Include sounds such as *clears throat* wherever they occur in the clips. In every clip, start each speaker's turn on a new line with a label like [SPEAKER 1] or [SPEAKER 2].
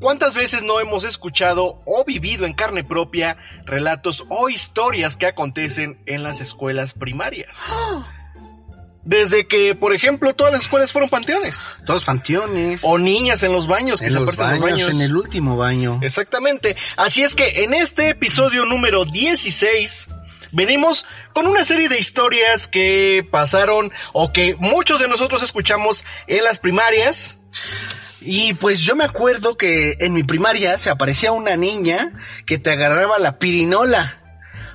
[SPEAKER 1] ¿Cuántas veces no hemos escuchado o vivido en carne propia relatos o historias que acontecen en las escuelas primarias? Desde que, por ejemplo, todas las escuelas fueron panteones.
[SPEAKER 2] Todos panteones.
[SPEAKER 1] O niñas en los baños que
[SPEAKER 2] en
[SPEAKER 1] se
[SPEAKER 2] los
[SPEAKER 1] aparecen en los
[SPEAKER 2] baños,
[SPEAKER 1] baños.
[SPEAKER 2] en el último baño.
[SPEAKER 1] Exactamente. Así es que en este episodio número 16 venimos con una serie de historias que pasaron o que muchos de nosotros escuchamos en las primarias.
[SPEAKER 2] Y pues yo me acuerdo que en mi primaria se aparecía una niña que te agarraba la pirinola.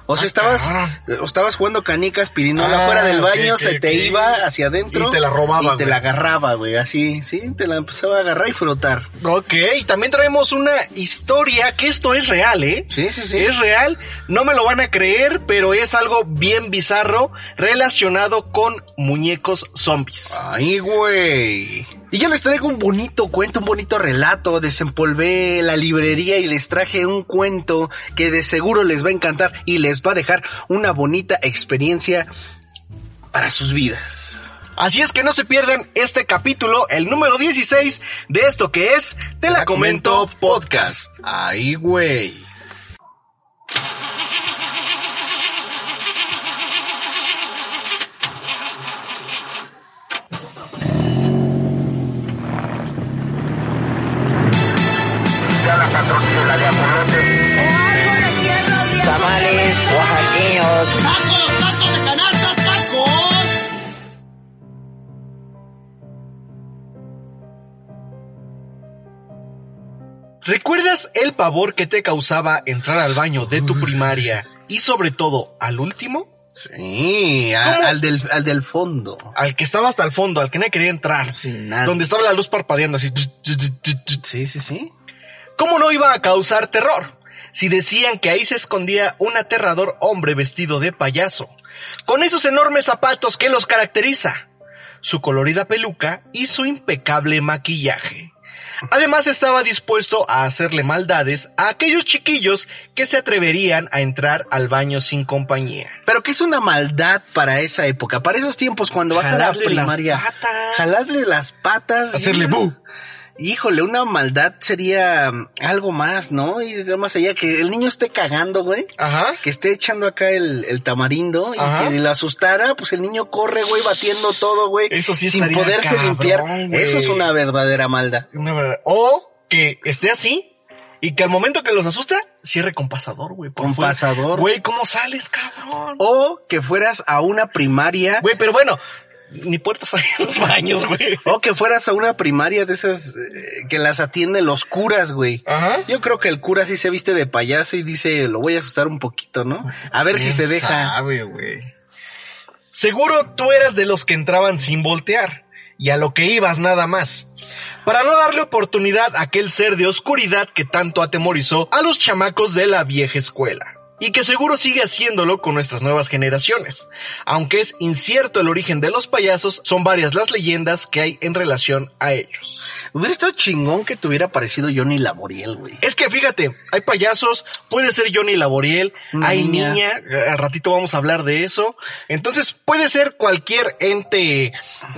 [SPEAKER 2] O sea,
[SPEAKER 1] Ah,
[SPEAKER 2] estabas,
[SPEAKER 1] cabrón.
[SPEAKER 2] o estabas jugando canicas, pirinola
[SPEAKER 1] Ah,
[SPEAKER 2] fuera del
[SPEAKER 1] ok,
[SPEAKER 2] baño,
[SPEAKER 1] ok,
[SPEAKER 2] se te
[SPEAKER 1] ok.
[SPEAKER 2] iba hacia adentro.
[SPEAKER 1] Y te la robaba,
[SPEAKER 2] Y te
[SPEAKER 1] güey.
[SPEAKER 2] la agarraba, güey, así, sí, te la empezaba a agarrar y frotar.
[SPEAKER 1] Ok, también traemos una historia que esto es real, ¿eh?
[SPEAKER 2] Sí, sí, sí.
[SPEAKER 1] Es real, no me lo van a creer, pero es algo bien bizarro relacionado con muñecos zombies.
[SPEAKER 2] Ay, güey. Y yo les traigo un bonito cuento, un bonito relato. Desempolvé la librería y les traje un cuento que de seguro les va a encantar y les va a dejar una bonita experiencia para sus vidas.
[SPEAKER 1] Así es que no se pierdan este capítulo, el número 16 de esto que es Te la comento podcast.
[SPEAKER 2] Ay, güey.
[SPEAKER 3] tamales oaxaqueños.
[SPEAKER 1] ¿Recuerdas el pavor que te causaba entrar al baño de tu primaria y sobre todo al último?
[SPEAKER 2] Sí, a-
[SPEAKER 1] ¿Cómo?
[SPEAKER 2] al, del, al del fondo.
[SPEAKER 1] Al que estaba hasta el fondo, al que nadie quería entrar.
[SPEAKER 2] Sí, nada.
[SPEAKER 1] Donde estaba la luz parpadeando así.
[SPEAKER 2] Sí, sí, sí.
[SPEAKER 1] ¿Cómo no iba a causar terror? Si decían que ahí se escondía un aterrador hombre vestido de payaso, con esos enormes zapatos que los caracteriza, su colorida peluca y su impecable maquillaje. Además estaba dispuesto a hacerle maldades a aquellos chiquillos que se atreverían a entrar al baño sin compañía.
[SPEAKER 2] Pero que es una maldad para esa época, para esos tiempos cuando vas a la
[SPEAKER 1] Jalarle las
[SPEAKER 2] primaria.
[SPEAKER 1] patas.
[SPEAKER 2] jalarle las patas.
[SPEAKER 1] Hacerle
[SPEAKER 2] y-
[SPEAKER 1] bu.
[SPEAKER 2] Híjole, una maldad sería mm, algo más, ¿no? Y más allá que el niño esté cagando, güey.
[SPEAKER 1] Ajá.
[SPEAKER 2] Que esté echando acá el, el tamarindo y
[SPEAKER 1] Ajá.
[SPEAKER 2] que le asustara, pues el niño corre, güey, batiendo todo, güey.
[SPEAKER 1] Eso sí
[SPEAKER 2] Sin
[SPEAKER 1] estaría
[SPEAKER 2] poderse
[SPEAKER 1] cabrón,
[SPEAKER 2] limpiar.
[SPEAKER 1] güey.
[SPEAKER 2] Eso es una verdadera maldad.
[SPEAKER 1] Una verdad- O que esté así y que al momento que los asusta, cierre con pasador, güey. por
[SPEAKER 2] Con
[SPEAKER 1] fuera.
[SPEAKER 2] pasador.
[SPEAKER 1] Güey, ¿cómo sales, cabrón?
[SPEAKER 2] O que fueras a una primaria.
[SPEAKER 1] Güey, pero bueno, ni puertas *laughs* hay en los baños, güey.
[SPEAKER 2] O que fueras a una primaria de esas eh, que las atienden los curas, güey.
[SPEAKER 1] Ajá.
[SPEAKER 2] Yo creo que el cura sí se viste de payaso y dice, lo voy a asustar un poquito, ¿no? A ver si se deja.
[SPEAKER 1] Seguro tú eras de los que entraban sin voltear y a lo que ibas nada más. Para no darle oportunidad a aquel ser de oscuridad que tanto atemorizó a los chamacos de la vieja escuela. Y que seguro sigue haciéndolo con nuestras nuevas generaciones. Aunque es incierto el origen de los payasos, son varias las leyendas que hay en relación a ellos.
[SPEAKER 2] Hubiera estado chingón que te hubiera parecido Johnny Laboriel, güey.
[SPEAKER 1] Es que fíjate, hay payasos, puede ser Johnny Laboriel,
[SPEAKER 2] Una
[SPEAKER 1] hay
[SPEAKER 2] niña.
[SPEAKER 1] niña, al ratito vamos a hablar de eso. Entonces puede ser cualquier ente,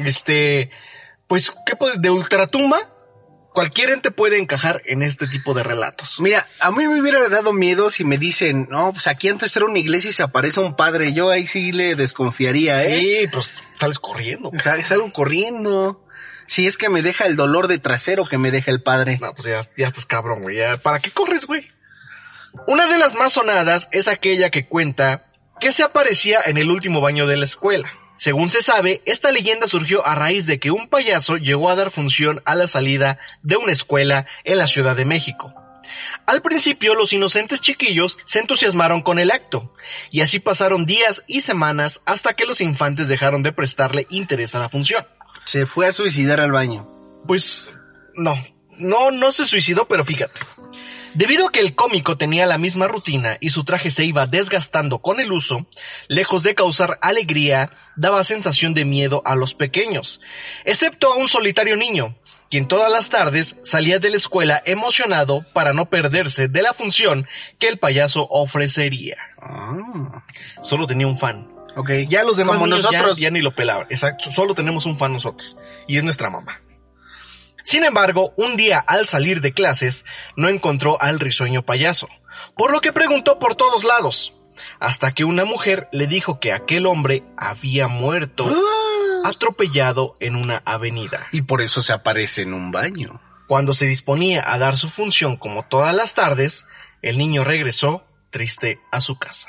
[SPEAKER 1] este, pues, ¿qué puede? De ultratumba, cualquier ente puede encajar en este tipo de relatos.
[SPEAKER 2] Mira, a mí me hubiera dado miedo si me dicen, no, pues aquí antes era una iglesia y se aparece un padre. Yo ahí sí le desconfiaría, ¿eh?
[SPEAKER 1] Sí, pues sales corriendo.
[SPEAKER 2] O sea, salgo corriendo. Si es que me deja el dolor de trasero que me deja el padre.
[SPEAKER 1] No, pues ya, ya estás cabrón, güey. ya, ¿Para qué corres, güey? Una de las más sonadas es aquella que cuenta que se aparecía en el último baño de la escuela. Según se sabe, esta leyenda surgió a raíz de que un payaso llegó a dar función a la salida de una escuela en la Ciudad de México. Al principio los inocentes chiquillos se entusiasmaron con el acto, y así pasaron días y semanas hasta que los infantes dejaron de prestarle interés a la función.
[SPEAKER 2] Se fue a suicidar al baño.
[SPEAKER 1] Pues no, no, no se suicidó, pero fíjate. Debido a que el cómico tenía la misma rutina y su traje se iba desgastando con el uso, lejos de causar alegría, daba sensación de miedo a los pequeños, excepto a un solitario niño, quien todas las tardes salía de la escuela emocionado para no perderse de la función que el payaso ofrecería.
[SPEAKER 2] Ah,
[SPEAKER 1] Solo tenía un fan.
[SPEAKER 2] ok.
[SPEAKER 1] Ya los demás
[SPEAKER 2] Como
[SPEAKER 1] niños ya-
[SPEAKER 2] nosotros.
[SPEAKER 1] Ya, ni lo pelaban. Exacto. Solo tenemos un fan nosotros. Y es nuestra mamá. Sin embargo, un día al salir de clases, no encontró al risueño payaso, por lo que preguntó por todos lados, hasta que una mujer le dijo que aquel hombre había muerto
[SPEAKER 2] *gasps*
[SPEAKER 1] atropellado en una avenida.
[SPEAKER 2] Ah, Y por eso se aparece en un baño.
[SPEAKER 1] Cuando se disponía a dar su función como todas las tardes, el niño regresó triste a su casa.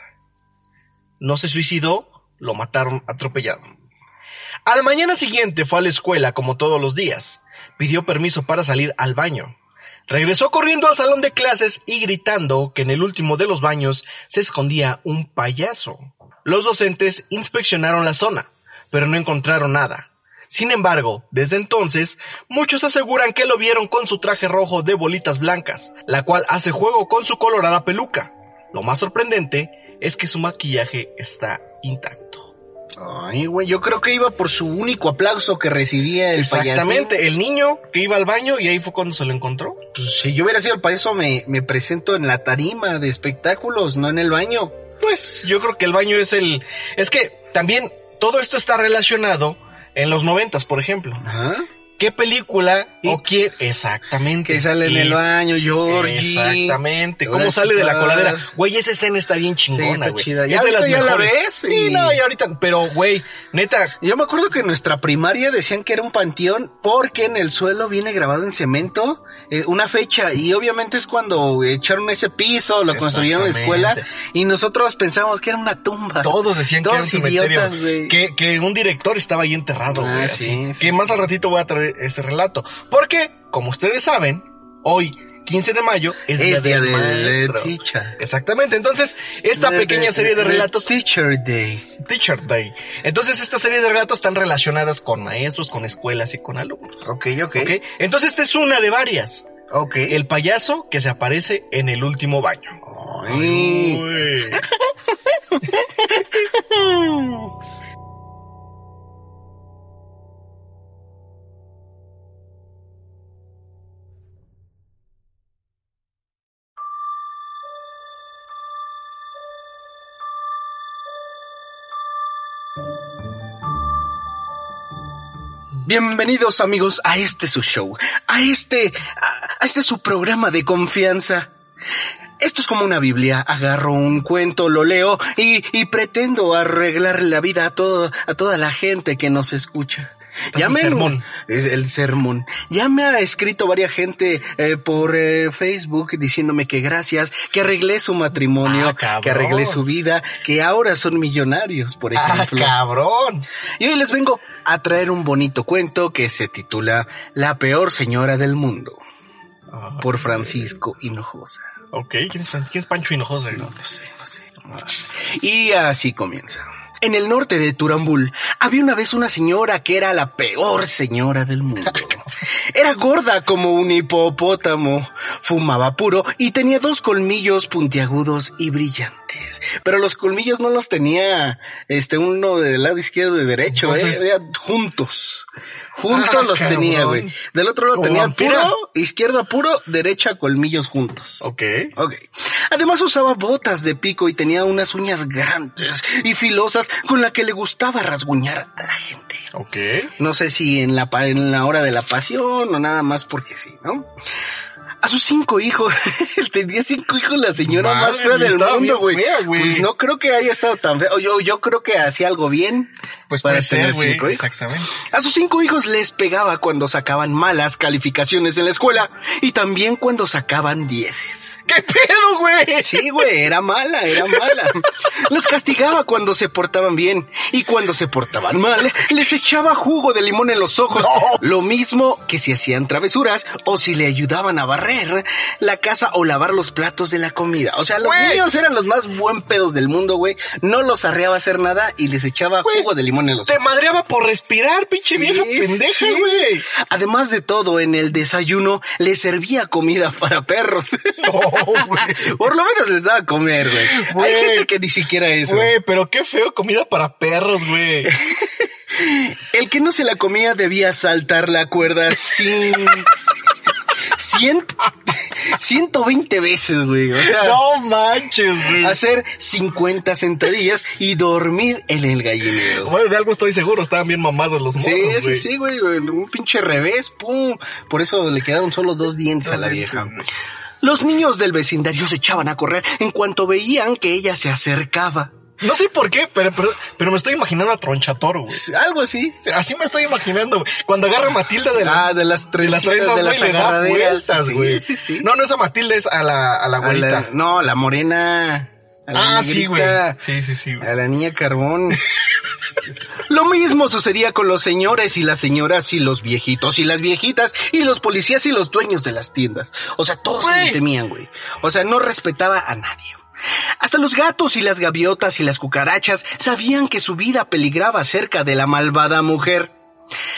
[SPEAKER 1] No se suicidó, lo mataron atropellado. Al mañana siguiente fue a la escuela como todos los días. Pidió permiso para salir al baño. Regresó corriendo al salón de clases y gritando que en el último de los baños se escondía un payaso. Los docentes inspeccionaron la zona, pero no encontraron nada. Sin embargo, desde entonces, muchos aseguran que lo vieron con su traje rojo de bolitas blancas, la cual hace juego con su colorada peluca. Lo más sorprendente es que su maquillaje está intacto.
[SPEAKER 2] Ay, güey, yo creo que iba por su único aplauso que recibía el payaso.
[SPEAKER 1] Exactamente, el niño que iba al baño y ahí fue cuando se lo encontró.
[SPEAKER 2] Pues, si yo hubiera sido el payaso, me, me presento en la tarima de espectáculos, no en el baño.
[SPEAKER 1] Pues yo creo que el baño es el... Es que también todo esto está relacionado en los noventas, por ejemplo.
[SPEAKER 2] Ajá.
[SPEAKER 1] ¿Qué película
[SPEAKER 2] It.
[SPEAKER 1] o quién? Exactamente.
[SPEAKER 2] Que sale en
[SPEAKER 1] It.
[SPEAKER 2] el baño, Georgie.
[SPEAKER 1] Exactamente. ¿Cómo
[SPEAKER 2] Ahora
[SPEAKER 1] sale de la
[SPEAKER 2] sí,
[SPEAKER 1] coladera?
[SPEAKER 2] claro.
[SPEAKER 1] Güey, esa escena está bien chingona,
[SPEAKER 2] está
[SPEAKER 1] güey.
[SPEAKER 2] chida. Ya
[SPEAKER 1] es de
[SPEAKER 2] ahorita
[SPEAKER 1] las
[SPEAKER 2] ya la
[SPEAKER 1] mejores.
[SPEAKER 2] ves
[SPEAKER 1] Sí,
[SPEAKER 2] y-
[SPEAKER 1] no, y ahorita. Pero, güey, neta,
[SPEAKER 2] Yo me acuerdo que en nuestra primaria decían que era un panteón porque en el suelo viene grabado en cemento eh, una fecha y obviamente es cuando echaron ese piso, lo construyeron la escuela y nosotros pensábamos que era una tumba.
[SPEAKER 1] todos decían que era un
[SPEAKER 2] Todos
[SPEAKER 1] cementerio.
[SPEAKER 2] idiotas, güey.
[SPEAKER 1] Que, que un director estaba ahí enterrado,
[SPEAKER 2] Ah,
[SPEAKER 1] güey.
[SPEAKER 2] sí,
[SPEAKER 1] así.
[SPEAKER 2] sí,
[SPEAKER 1] que más
[SPEAKER 2] sí.
[SPEAKER 1] al ratito voy a traer ese relato. Porque, como ustedes saben, hoy, 15 de mayo, es,
[SPEAKER 2] Es
[SPEAKER 1] día
[SPEAKER 2] día
[SPEAKER 1] del
[SPEAKER 2] del
[SPEAKER 1] maestro.
[SPEAKER 2] teacher.
[SPEAKER 1] Exactamente, entonces esta
[SPEAKER 2] De-
[SPEAKER 1] pequeña
[SPEAKER 2] de-
[SPEAKER 1] serie de
[SPEAKER 2] de
[SPEAKER 1] relatos
[SPEAKER 2] Teacher Day.
[SPEAKER 1] Teacher Day. Entonces, esta serie de relatos están relacionadas con maestros, con escuelas y con alumnos.
[SPEAKER 2] Ok, ok.
[SPEAKER 1] ¿ok? Entonces, esta es una de varias.
[SPEAKER 2] Ok.
[SPEAKER 1] El payaso que se aparece en el último baño.
[SPEAKER 2] Ay.
[SPEAKER 1] Uy.
[SPEAKER 2] Bienvenidos amigos a este su show, a este, a, a este su programa de confianza. Esto es como una Biblia, agarro un cuento, lo leo y, y pretendo arreglar la vida a, todo, a toda la gente que nos escucha.
[SPEAKER 1] es
[SPEAKER 2] Ya
[SPEAKER 1] un
[SPEAKER 2] me-
[SPEAKER 1] Pues sermón.
[SPEAKER 2] Es el sermón. Ya me ha escrito varias gente eh, por eh, Facebook diciéndome que gracias, que arreglé su matrimonio,
[SPEAKER 1] Ah, cabrón.
[SPEAKER 2] que arreglé su vida, que ahora son millonarios, por
[SPEAKER 1] Ah,
[SPEAKER 2] ejemplo.
[SPEAKER 1] cabrón.
[SPEAKER 2] Y hoy les vengo a traer un bonito cuento que se titula La peor señora del mundo por Francisco Hinojosa.
[SPEAKER 1] Ok, ¿quién es, Fran- quién es Pancho Hinojosa?
[SPEAKER 2] No sé, no sé. Y así comienza. En el norte de Turambul había una vez una señora que era la peor señora
[SPEAKER 1] *laughs*
[SPEAKER 2] del mundo. Era gorda como un hipopótamo, fumaba puro y tenía dos colmillos puntiagudos y brillantes. Pero los colmillos no los tenía este uno del lado izquierdo y derecho, eh,
[SPEAKER 1] Entonces-
[SPEAKER 2] era juntos. Juntos
[SPEAKER 1] Ah,
[SPEAKER 2] los
[SPEAKER 1] cabrón.
[SPEAKER 2] tenía, güey. Del otro lado
[SPEAKER 1] Como
[SPEAKER 2] tenía
[SPEAKER 1] vampira.
[SPEAKER 2] puro, izquierda puro, derecha colmillos juntos.
[SPEAKER 1] Ok.
[SPEAKER 2] Ok. Además usaba botas de pico y tenía unas uñas grandes y filosas con la que le gustaba rasguñar a la gente.
[SPEAKER 1] Ok.
[SPEAKER 2] No sé si en la, pa- en la hora de la pasión o nada más porque sí, ¿no? A sus cinco hijos, *laughs* tenía cinco hijos la señora
[SPEAKER 1] Madre,
[SPEAKER 2] más fea
[SPEAKER 1] güey,
[SPEAKER 2] del
[SPEAKER 1] estaba
[SPEAKER 2] mundo,
[SPEAKER 1] bien
[SPEAKER 2] güey.
[SPEAKER 1] fea, güey.
[SPEAKER 2] Pues no creo que haya estado tan feo. Yo, yo creo que hacía algo bien
[SPEAKER 1] Pues
[SPEAKER 2] para
[SPEAKER 1] puede ser,
[SPEAKER 2] tener
[SPEAKER 1] güey.
[SPEAKER 2] cinco hijos.
[SPEAKER 1] Exactamente.
[SPEAKER 2] A sus cinco hijos les pegaba cuando sacaban malas calificaciones en la escuela y también cuando sacaban dieces.
[SPEAKER 1] ¿Qué pedo, güey?
[SPEAKER 2] Sí, güey, era mala, era mala. Los castigaba cuando se portaban bien y cuando se portaban mal, les echaba jugo de limón en los ojos.
[SPEAKER 1] No.
[SPEAKER 2] Lo mismo que si hacían travesuras o si le ayudaban a barrer la casa o lavar los platos de la comida. O sea, los
[SPEAKER 1] Güey.
[SPEAKER 2] niños eran los más buen pedos del mundo, güey. No los arreaba hacer nada y les echaba
[SPEAKER 1] Güey,
[SPEAKER 2] jugo de limón en los
[SPEAKER 1] Te
[SPEAKER 2] ojos.
[SPEAKER 1] madreaba por respirar, pinche
[SPEAKER 2] Sí,
[SPEAKER 1] vieja pendeja,
[SPEAKER 2] sí.
[SPEAKER 1] güey.
[SPEAKER 2] Además de todo, en el desayuno les servía comida para perros. *laughs*
[SPEAKER 1] *laughs* No, güey.
[SPEAKER 2] Por lo menos les daba a comer, güey.
[SPEAKER 1] Güey.
[SPEAKER 2] Hay gente que ni siquiera eso.
[SPEAKER 1] Güey, pero qué feo comida para perros, güey.
[SPEAKER 2] *laughs* El que no se la comía debía saltar la cuerda sin... Cien... 120 veces, güey. O sea,
[SPEAKER 1] No manches, güey.
[SPEAKER 2] hacer 50 sentadillas y dormir en el gallinero.
[SPEAKER 1] Bueno, de algo estoy seguro, estaban bien mamados los
[SPEAKER 2] Sí,
[SPEAKER 1] morros,
[SPEAKER 2] sí,
[SPEAKER 1] güey.
[SPEAKER 2] sí, güey, güey, un pinche revés, pum. Por eso le quedaron solo dos dientes a la vieja. Los niños del vecindario se echaban a correr en cuanto veían que ella se acercaba.
[SPEAKER 1] No sé por qué, pero, pero, pero me estoy imaginando a Tronchatoro, güey.
[SPEAKER 2] Algo así.
[SPEAKER 1] Así me estoy imaginando, güey. Cuando agarra a Matilda de la...
[SPEAKER 2] Ah, de las
[SPEAKER 1] de las
[SPEAKER 2] trencitas,
[SPEAKER 1] trenzas,
[SPEAKER 2] de
[SPEAKER 1] güey,
[SPEAKER 2] las
[SPEAKER 1] le da
[SPEAKER 2] agarraderas.
[SPEAKER 1] vueltas,
[SPEAKER 2] Sí,
[SPEAKER 1] güey.
[SPEAKER 2] sí, sí.
[SPEAKER 1] No, no es a Matilda, es a la, a la
[SPEAKER 2] A la-
[SPEAKER 1] abuelita.
[SPEAKER 2] no, la morena. a la
[SPEAKER 1] ah, sí, güey.
[SPEAKER 2] negrita, Ah,
[SPEAKER 1] Sí, sí, sí, güey.
[SPEAKER 2] A la niña carbón. Lo mismo sucedía con los señores y las señoras y los viejitos y las viejitas y los policías y los dueños de las tiendas. O sea, todos
[SPEAKER 1] Güey.
[SPEAKER 2] le temían, güey. O sea, no respetaba a nadie. Hasta los gatos y las gaviotas y las cucarachas sabían que su vida peligraba cerca de la malvada mujer.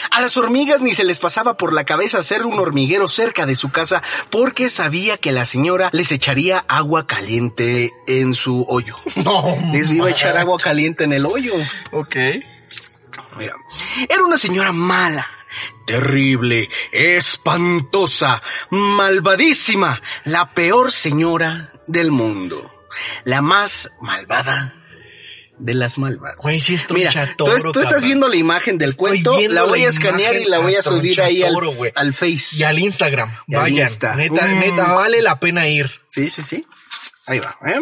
[SPEAKER 2] A las hormigas ni se les pasaba por la cabeza hacer un hormiguero cerca de su casa porque sabía que la señora les echaría agua caliente en su hoyo.
[SPEAKER 1] No.
[SPEAKER 2] Les iba a echar agua caliente en el hoyo.
[SPEAKER 1] Ok.
[SPEAKER 2] Mira, era una señora mala, terrible, espantosa, malvadísima, la peor señora del mundo, la más malvada de las malvadas.
[SPEAKER 1] Güey, sí es
[SPEAKER 2] Mira, tú,
[SPEAKER 1] Tronchatoro,
[SPEAKER 2] tú estás
[SPEAKER 1] cabrón.
[SPEAKER 2] viendo la imagen del
[SPEAKER 1] Estoy
[SPEAKER 2] cuento,
[SPEAKER 1] viendo
[SPEAKER 2] la voy
[SPEAKER 1] la
[SPEAKER 2] a escanear y
[SPEAKER 1] imagen
[SPEAKER 2] la voy a
[SPEAKER 1] a
[SPEAKER 2] subir ahí al,
[SPEAKER 1] Tronchatoro, güey.
[SPEAKER 2] al Face.
[SPEAKER 1] Y al Instagram.
[SPEAKER 2] Y al
[SPEAKER 1] Vayan.
[SPEAKER 2] Insta.
[SPEAKER 1] Neta,
[SPEAKER 2] Mm.
[SPEAKER 1] neta, vale la pena ir.
[SPEAKER 2] Sí, sí, sí. Ahí va, ¿eh?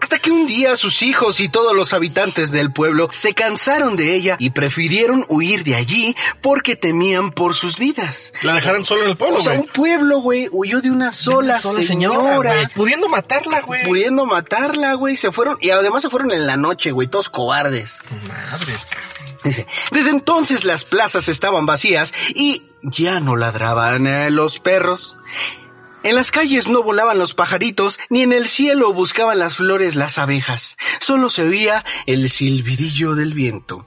[SPEAKER 2] Hasta que un día sus hijos y todos los habitantes del pueblo se cansaron de ella y prefirieron huir de allí porque temían por sus vidas.
[SPEAKER 1] La dejaron solo en el pueblo,
[SPEAKER 2] O sea,
[SPEAKER 1] güey.
[SPEAKER 2] un pueblo, güey, huyó Oh, de una sola,
[SPEAKER 1] Sola
[SPEAKER 2] señora,
[SPEAKER 1] güey. Pudiendo matarla, güey.
[SPEAKER 2] pudiendo matarla, güey. Se fueron, y además se fueron en la noche, güey, todos cobardes.
[SPEAKER 1] Madres, cabrón.
[SPEAKER 2] Dice, desde entonces las plazas estaban vacías y ya no ladraban eh, los perros. En las calles no volaban los pajaritos, ni en el cielo buscaban las flores las abejas. Solo se oía el silbidillo del viento.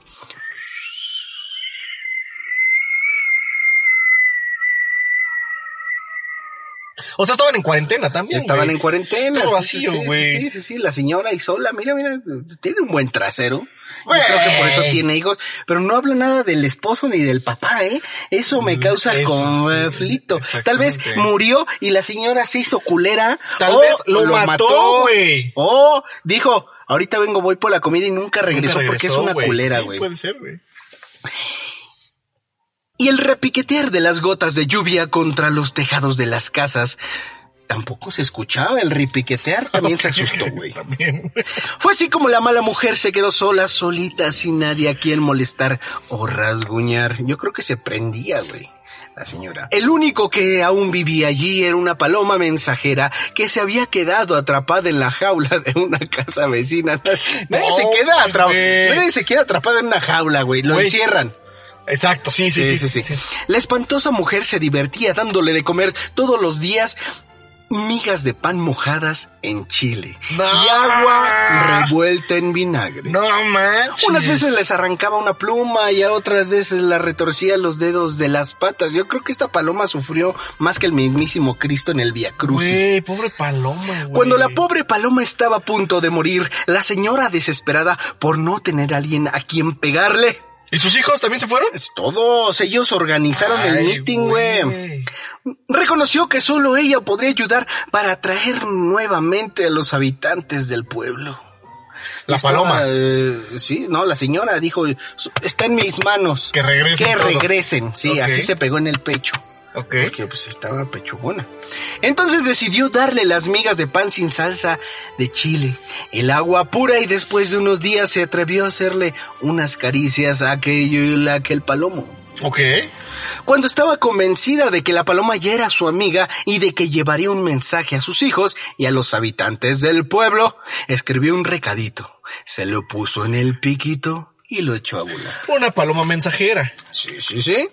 [SPEAKER 1] O sea, estaban en cuarentena también.
[SPEAKER 2] Estaban
[SPEAKER 1] güey.
[SPEAKER 2] en cuarentena.
[SPEAKER 1] Todo
[SPEAKER 2] sí,
[SPEAKER 1] vacío,
[SPEAKER 2] sí, sí,
[SPEAKER 1] güey.
[SPEAKER 2] sí, sí, sí, sí, la señora y sola, mira, mira, tiene un buen trasero.
[SPEAKER 1] Güey.
[SPEAKER 2] Yo creo que por eso tiene hijos, pero no habla nada del esposo ni del papá, ¿eh? Eso me
[SPEAKER 1] Mm,
[SPEAKER 2] causa
[SPEAKER 1] eso sí,
[SPEAKER 2] conflicto. Tal vez
[SPEAKER 1] exactamente.
[SPEAKER 2] murió y la señora se hizo culera.
[SPEAKER 1] Tal
[SPEAKER 2] o
[SPEAKER 1] vez lo mató, güey.
[SPEAKER 2] O dijo, ahorita vengo, voy por la comida y nunca regresó,
[SPEAKER 1] Nunca
[SPEAKER 2] porque es una
[SPEAKER 1] güey.
[SPEAKER 2] culera,
[SPEAKER 1] Sí,
[SPEAKER 2] güey.
[SPEAKER 1] puede ser, güey.
[SPEAKER 2] Y el repiquetear de las gotas de lluvia contra los tejados de las casas. Tampoco se escuchaba el repiquetear, también *laughs* se asustó, güey.
[SPEAKER 1] También.
[SPEAKER 2] Fue así como la mala mujer se quedó sola, solita, sin nadie a quien molestar o rasguñar. Yo creo que se prendía, güey. La señora. El único que aún vivía allí era una paloma mensajera que se había quedado atrapada en la jaula de una casa vecina. Nadie, se,
[SPEAKER 1] No,
[SPEAKER 2] queda atrapa-
[SPEAKER 1] güey.
[SPEAKER 2] nadie se queda atrapado en una jaula, güey. Lo
[SPEAKER 1] Güey.
[SPEAKER 2] encierran.
[SPEAKER 1] Exacto, sí, sí, sí.
[SPEAKER 2] La espantosa mujer se divertía dándole de comer todos los días migas de pan mojadas en chile
[SPEAKER 1] No.
[SPEAKER 2] y agua revuelta en vinagre.
[SPEAKER 1] No manches.
[SPEAKER 2] Unas veces les arrancaba una pluma y a otras veces la retorcía los dedos de las patas. Yo creo que esta paloma sufrió más que el mismísimo Cristo en el Via Crucis.
[SPEAKER 1] Güey, pobre paloma, güey.
[SPEAKER 2] Cuando la pobre paloma estaba a punto de morir, la señora desesperada por no tener a alguien a quien pegarle.
[SPEAKER 1] ¿Y sus hijos también se fueron?
[SPEAKER 2] Todos ellos organizaron el
[SPEAKER 1] Ay,
[SPEAKER 2] meeting, güey. Reconoció que solo ella podría ayudar para atraer nuevamente a los habitantes del pueblo.
[SPEAKER 1] La
[SPEAKER 2] Estaba,
[SPEAKER 1] paloma.
[SPEAKER 2] eh, sí, no, la señora dijo, está en mis manos.
[SPEAKER 1] Que regresen
[SPEAKER 2] Que
[SPEAKER 1] todos".
[SPEAKER 2] regresen, sí,
[SPEAKER 1] Ok.
[SPEAKER 2] así se pegó en el pecho.
[SPEAKER 1] Ok.
[SPEAKER 2] Porque pues estaba pechugona. Entonces decidió darle las migas de pan sin salsa de chile, el agua pura y después de unos días se atrevió a hacerle unas caricias a aquello y a aquel palomo
[SPEAKER 1] Ok.
[SPEAKER 2] cuando estaba convencida de que la paloma ya era su amiga y de que llevaría un mensaje a sus hijos y a los habitantes del pueblo, escribió un recadito, se lo puso en el piquito y lo echó a volar.
[SPEAKER 1] Una paloma mensajera.
[SPEAKER 2] Sí, sí, sí.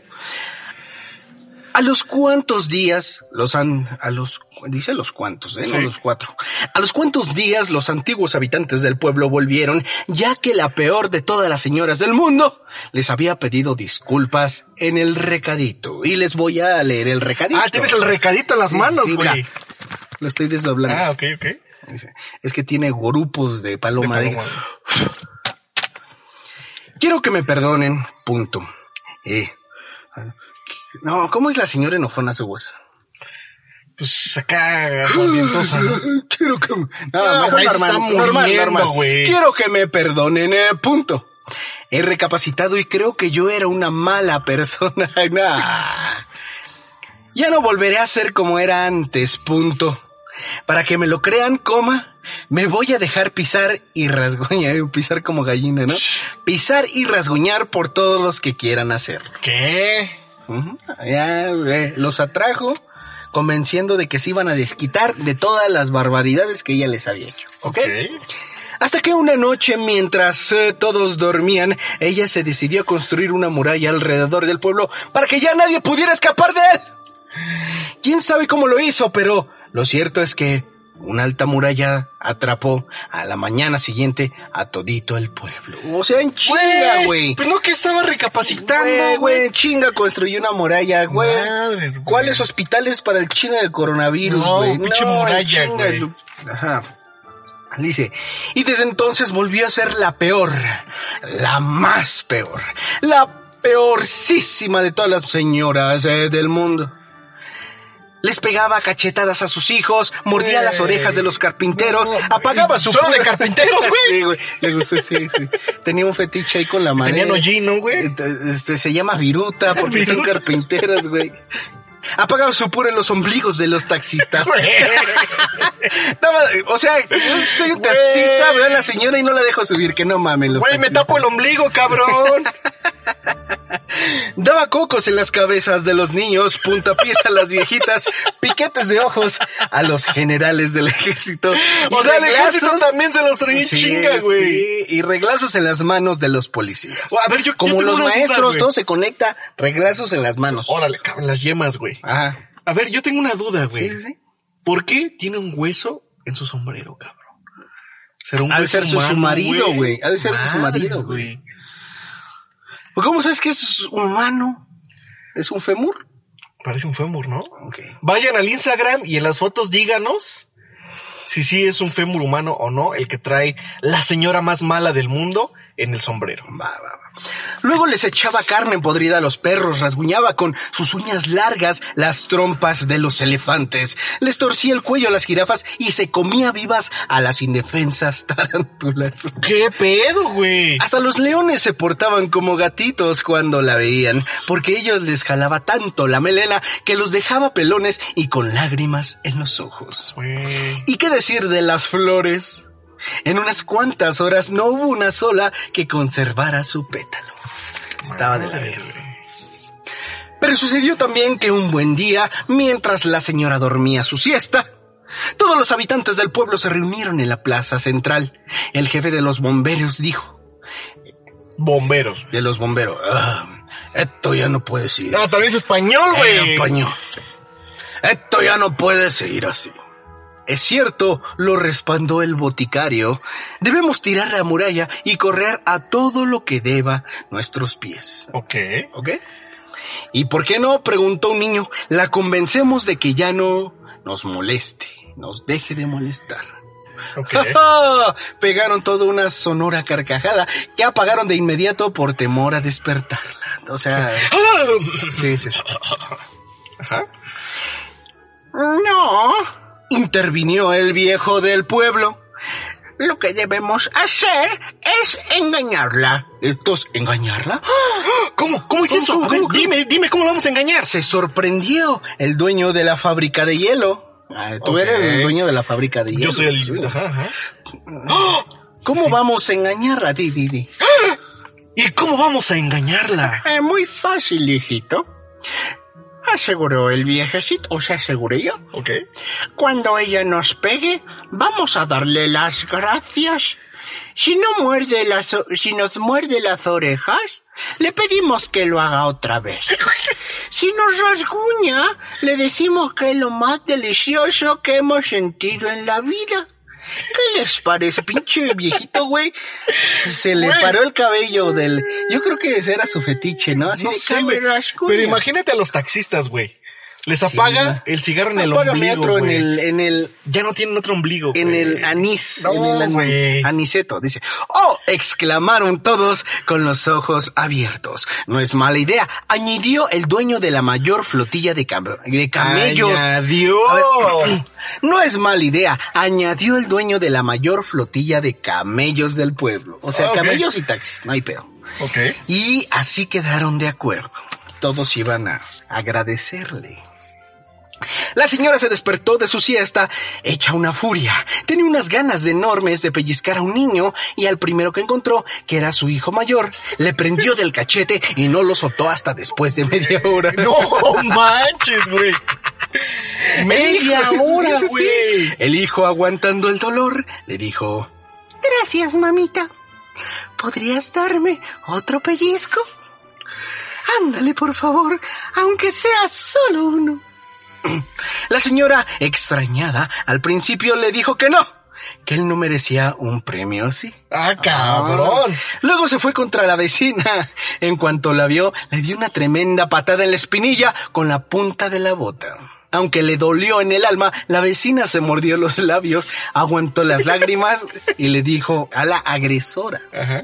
[SPEAKER 2] A los cuantos días los han, a los, dice los cuantos, eh, no
[SPEAKER 1] Sí.
[SPEAKER 2] los cuatro. A los cuantos días los antiguos habitantes del pueblo volvieron, ya que la peor de todas las señoras del mundo les había pedido disculpas en el recadito. Y les voy a leer el recadito.
[SPEAKER 1] Ah, tienes el recadito en las
[SPEAKER 2] Sí,
[SPEAKER 1] manos,
[SPEAKER 2] sí, sí,
[SPEAKER 1] güey.
[SPEAKER 2] mira. Lo estoy desdoblando.
[SPEAKER 1] ah, ok, ok.
[SPEAKER 2] Dice, Es que tiene grupos de paloma.
[SPEAKER 1] De
[SPEAKER 2] De
[SPEAKER 1] paloma.
[SPEAKER 2] Quiero que me perdonen, punto. Eh, no, ¿cómo es la señora enojona su voz?
[SPEAKER 1] pues acá aguardientosa, ¿no?
[SPEAKER 2] *laughs* Quiero que... No,
[SPEAKER 1] No,
[SPEAKER 2] mejor
[SPEAKER 1] Ah, güey, se
[SPEAKER 2] normal,
[SPEAKER 1] está
[SPEAKER 2] normal,
[SPEAKER 1] muriendo,
[SPEAKER 2] normal.
[SPEAKER 1] güey.
[SPEAKER 2] Quiero que me perdonen, eh, punto. He recapacitado y creo que yo era una mala persona. *laughs* Nah. Ya no volveré a ser como era antes, punto. Para que me lo crean, coma, me voy a dejar pisar y rasguñar, *laughs* pisar como gallina, ¿no? Pisar y rasguñar por todos los que quieran hacerlo.
[SPEAKER 1] ¿Qué?
[SPEAKER 2] Ujú. Ya, eh, los atrajo convenciendo de que se iban a desquitar de todas las barbaridades que ella les había hecho. ¿ok? Hasta que una noche, mientras eh, todos dormían, ella se decidió a construir una muralla alrededor del pueblo para que ya nadie pudiera escapar de él. ¿Quién sabe cómo lo hizo? Pero lo cierto es que una alta muralla atrapó a la mañana siguiente a todito el pueblo. O sea, en chinga, güey.
[SPEAKER 1] Pues no que estaba
[SPEAKER 2] Güey,
[SPEAKER 1] recapacitando,
[SPEAKER 2] güey,
[SPEAKER 1] güey.
[SPEAKER 2] en chinga construyó una muralla, güey.
[SPEAKER 1] Madres, güey.
[SPEAKER 2] ¿Cuáles hospitales para el chino del coronavirus,
[SPEAKER 1] No,
[SPEAKER 2] güey?
[SPEAKER 1] pinche
[SPEAKER 2] en
[SPEAKER 1] muralla,
[SPEAKER 2] chinga,
[SPEAKER 1] güey.
[SPEAKER 2] lo- Ajá. Dice, y desde entonces volvió a ser la peor, la más peor, la peorcísima de todas las señoras eh, del mundo. Les pegaba cachetadas a sus hijos, mordía
[SPEAKER 1] Güey.
[SPEAKER 2] las orejas de los carpinteros,
[SPEAKER 1] No, güey.
[SPEAKER 2] apagaba su...
[SPEAKER 1] Solo de carpinteros, güey.
[SPEAKER 2] *laughs* Sí, güey. Le gustó, sí, sí. Tenía un fetiche ahí con la madera.
[SPEAKER 1] Tenían hollín,
[SPEAKER 2] *laughs*
[SPEAKER 1] güey?
[SPEAKER 2] Este, este, se llama
[SPEAKER 1] *laughs*
[SPEAKER 2] viruta porque son
[SPEAKER 1] Viruta.
[SPEAKER 2] carpinteros, güey. Apagaba su puro en los ombligos de los taxistas. Nada más, o sea, yo soy un
[SPEAKER 1] Güey.
[SPEAKER 2] taxista, veo a la señora y no la dejo subir, que no mamen los
[SPEAKER 1] Güey, me
[SPEAKER 2] taxistas.
[SPEAKER 1] tapo el ombligo,
[SPEAKER 2] *laughs*
[SPEAKER 1] cabrón.
[SPEAKER 2] Daba cocos en las cabezas de los niños, puntapiés a
[SPEAKER 1] *laughs*
[SPEAKER 2] las viejitas, piquetes de ojos a los generales del ejército.
[SPEAKER 1] O
[SPEAKER 2] y
[SPEAKER 1] sea, el ejército
[SPEAKER 2] reglazos-
[SPEAKER 1] también se los traía en
[SPEAKER 2] Sí,
[SPEAKER 1] chinga, güey.
[SPEAKER 2] sí, y reglazos en las manos de los policías.
[SPEAKER 1] O, a ver, yo- yo
[SPEAKER 2] Como
[SPEAKER 1] tengo
[SPEAKER 2] los
[SPEAKER 1] una duda,
[SPEAKER 2] maestros,
[SPEAKER 1] güey.
[SPEAKER 2] todo se conecta, reglazos en las manos.
[SPEAKER 1] Órale, cabrón, las yemas, güey.
[SPEAKER 2] Ajá.
[SPEAKER 1] A ver, yo tengo una duda, güey.
[SPEAKER 2] Sí, sí, sí.
[SPEAKER 1] ¿Por qué tiene un hueso en su sombrero, cabrón? ¿Será un
[SPEAKER 2] Ha de
[SPEAKER 1] hueso
[SPEAKER 2] ser su- su
[SPEAKER 1] humano,
[SPEAKER 2] marido, güey. Ha de ser de su
[SPEAKER 1] Madre,
[SPEAKER 2] marido, güey. Pues, ¿Cómo sabes que es humano? ¿Es un femur?
[SPEAKER 1] Parece un fémur, ¿no?
[SPEAKER 2] Ok.
[SPEAKER 1] Vayan al Instagram y en las fotos díganos si sí es un fémur humano o no el que trae la señora más mala del mundo en el sombrero.
[SPEAKER 2] Va, va, va. Luego les echaba carne podrida a los perros, rasguñaba con sus uñas largas las trompas de los elefantes, les torcía el cuello a las jirafas y se comía vivas a las indefensas *laughs* tarántulas.
[SPEAKER 1] ¿Qué pedo, güey?
[SPEAKER 2] Hasta los leones se portaban como gatitos cuando la veían, porque ellos les jalaba tanto la melena que los dejaba pelones y con lágrimas en los ojos.
[SPEAKER 1] Güey.
[SPEAKER 2] ¿Y qué decir de las flores? En unas cuantas horas no hubo una sola que conservara su pétalo. Estaba de la
[SPEAKER 1] Madre,
[SPEAKER 2] verga.
[SPEAKER 1] güey.
[SPEAKER 2] Pero sucedió también que un buen día, mientras la señora dormía su siesta, todos los habitantes del pueblo se reunieron en la plaza central. El jefe de los bomberos dijo,
[SPEAKER 1] Bomberos.
[SPEAKER 2] de los bomberos, "Ah, esto ya no puede seguir.
[SPEAKER 1] Ah, también es español,
[SPEAKER 2] Eh,
[SPEAKER 1] güey.
[SPEAKER 2] paño. Esto ya no puede seguir así. Es cierto, lo respaldó el boticario. Debemos tirar la muralla y correr a todo lo que deba nuestros pies.
[SPEAKER 1] Ok.
[SPEAKER 2] ¿Ok? ¿Y por qué no? preguntó un niño. La convencemos de que ya no nos moleste, nos deje de molestar.
[SPEAKER 1] *laughs* Ok.
[SPEAKER 2] *laughs* ¡Ja, ja! Pegaron toda una sonora carcajada que apagaron de inmediato por temor a despertarla.
[SPEAKER 1] *laughs*
[SPEAKER 2] O sea, sí, sí, sí.
[SPEAKER 1] Ajá.
[SPEAKER 2] No, intervinió el viejo del pueblo. Lo que debemos hacer es engañarla. ¿Entonces engañarla? ¡Ah!
[SPEAKER 1] ¿Cómo? ¿Cómo es
[SPEAKER 2] ¿Cómo,
[SPEAKER 1] eso?
[SPEAKER 2] cómo,
[SPEAKER 1] A ver,
[SPEAKER 2] cómo, cómo?
[SPEAKER 1] dime, dime cómo lo vamos a engañar.
[SPEAKER 2] Se sorprendió el dueño de la fábrica de hielo. Ah, Tú
[SPEAKER 1] Ok.
[SPEAKER 2] eres el dueño de la fábrica de hielo.
[SPEAKER 1] Yo soy el.
[SPEAKER 2] Sí.
[SPEAKER 1] Ajá, ajá. ¡Ah!
[SPEAKER 2] ¿Cómo vamos a engañarla, ti, ti, ti?
[SPEAKER 1] ¿Y cómo vamos a engañarla?
[SPEAKER 2] Eh, muy fácil, hijito. Aseguró el viejecito, o sea, aseguré yo.
[SPEAKER 1] Ok.
[SPEAKER 2] Cuando ella nos pegue, vamos a darle las gracias. Si no muerde las, o- si nos muerde las orejas, le pedimos que lo haga otra vez. Si nos rasguña, le decimos que es lo más delicioso que hemos sentido en la vida. ¿Qué les parece, pinche viejito, güey? Se, se le
[SPEAKER 1] Güey.
[SPEAKER 2] paró el cabello del... Yo creo que ese era su fetiche, ¿no? Así
[SPEAKER 1] No
[SPEAKER 2] de,
[SPEAKER 1] sé,
[SPEAKER 2] "Que
[SPEAKER 1] güey.
[SPEAKER 2] me rasguña".
[SPEAKER 1] Pero imagínate a los taxistas, güey. Les apaga el cigarro en el
[SPEAKER 2] Apágame
[SPEAKER 1] ombligo.
[SPEAKER 2] otro en
[SPEAKER 1] güey.
[SPEAKER 2] el, en el,
[SPEAKER 1] Ya no tienen otro ombligo.
[SPEAKER 2] en
[SPEAKER 1] güey.
[SPEAKER 2] el anís,
[SPEAKER 1] No,
[SPEAKER 2] en el anís.
[SPEAKER 1] güey.
[SPEAKER 2] aniceto, dice. ¡Oh! exclamaron todos con los ojos abiertos. No es mala idea, añadió el dueño de la mayor flotilla de, cam- de camellos.
[SPEAKER 1] Añadió.
[SPEAKER 2] A
[SPEAKER 1] Oh.
[SPEAKER 2] ver, *clears throat* no es mala idea, añadió el dueño de la mayor flotilla de camellos del pueblo. O sea,
[SPEAKER 1] Ah, ok.
[SPEAKER 2] camellos y taxis, no hay pedo.
[SPEAKER 1] Ok.
[SPEAKER 2] Y así quedaron de acuerdo. Todos iban a agradecerle. La señora se despertó de su siesta, hecha una furia. Tenía unas ganas de enormes de pellizcar a un niño y al primero que encontró, que era su hijo mayor, le prendió del cachete y no lo soltó hasta después de media hora.
[SPEAKER 1] *laughs* No manches, güey. Media
[SPEAKER 2] El hijo-
[SPEAKER 1] hora,
[SPEAKER 2] *laughs* Sí.
[SPEAKER 1] güey.
[SPEAKER 2] El hijo, aguantando el dolor, le dijo: Gracias, mamita. ¿Podrías darme otro pellizco? Ándale, por favor, aunque sea solo uno. *clears throat* La señora, extrañada, al principio le dijo que no, que él no merecía un premio así.
[SPEAKER 1] Ah, cabrón.
[SPEAKER 2] Luego se fue contra la vecina. En cuanto la vio, le dio una tremenda patada en la espinilla con la punta de la bota. Aunque le dolió en el alma, la vecina se mordió los labios,
[SPEAKER 1] *laughs*
[SPEAKER 2] aguantó las lágrimas y le dijo a la agresora.
[SPEAKER 1] Ajá.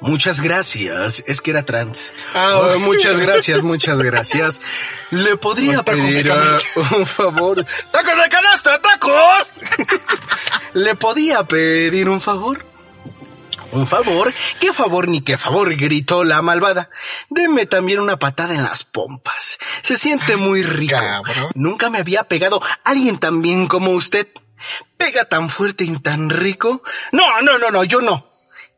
[SPEAKER 2] Muchas gracias. Es que era trans.
[SPEAKER 1] Ah,
[SPEAKER 2] Oh,
[SPEAKER 1] ok.
[SPEAKER 2] muchas gracias, muchas gracias. Le podría
[SPEAKER 1] Tacos de
[SPEAKER 2] pedir
[SPEAKER 1] canasta.
[SPEAKER 2] ah, *laughs* un favor. ¡Tacos de canasta, tacos! Le podía pedir un favor. ¿Un favor? ¿Qué favor ni qué favor? gritó la malvada. Deme también una patada en las pompas. Se siente muy rico.
[SPEAKER 1] cabrón.
[SPEAKER 2] Nunca me había pegado alguien tan bien como usted. Pega tan fuerte y tan rico. No, no, no, no, yo no.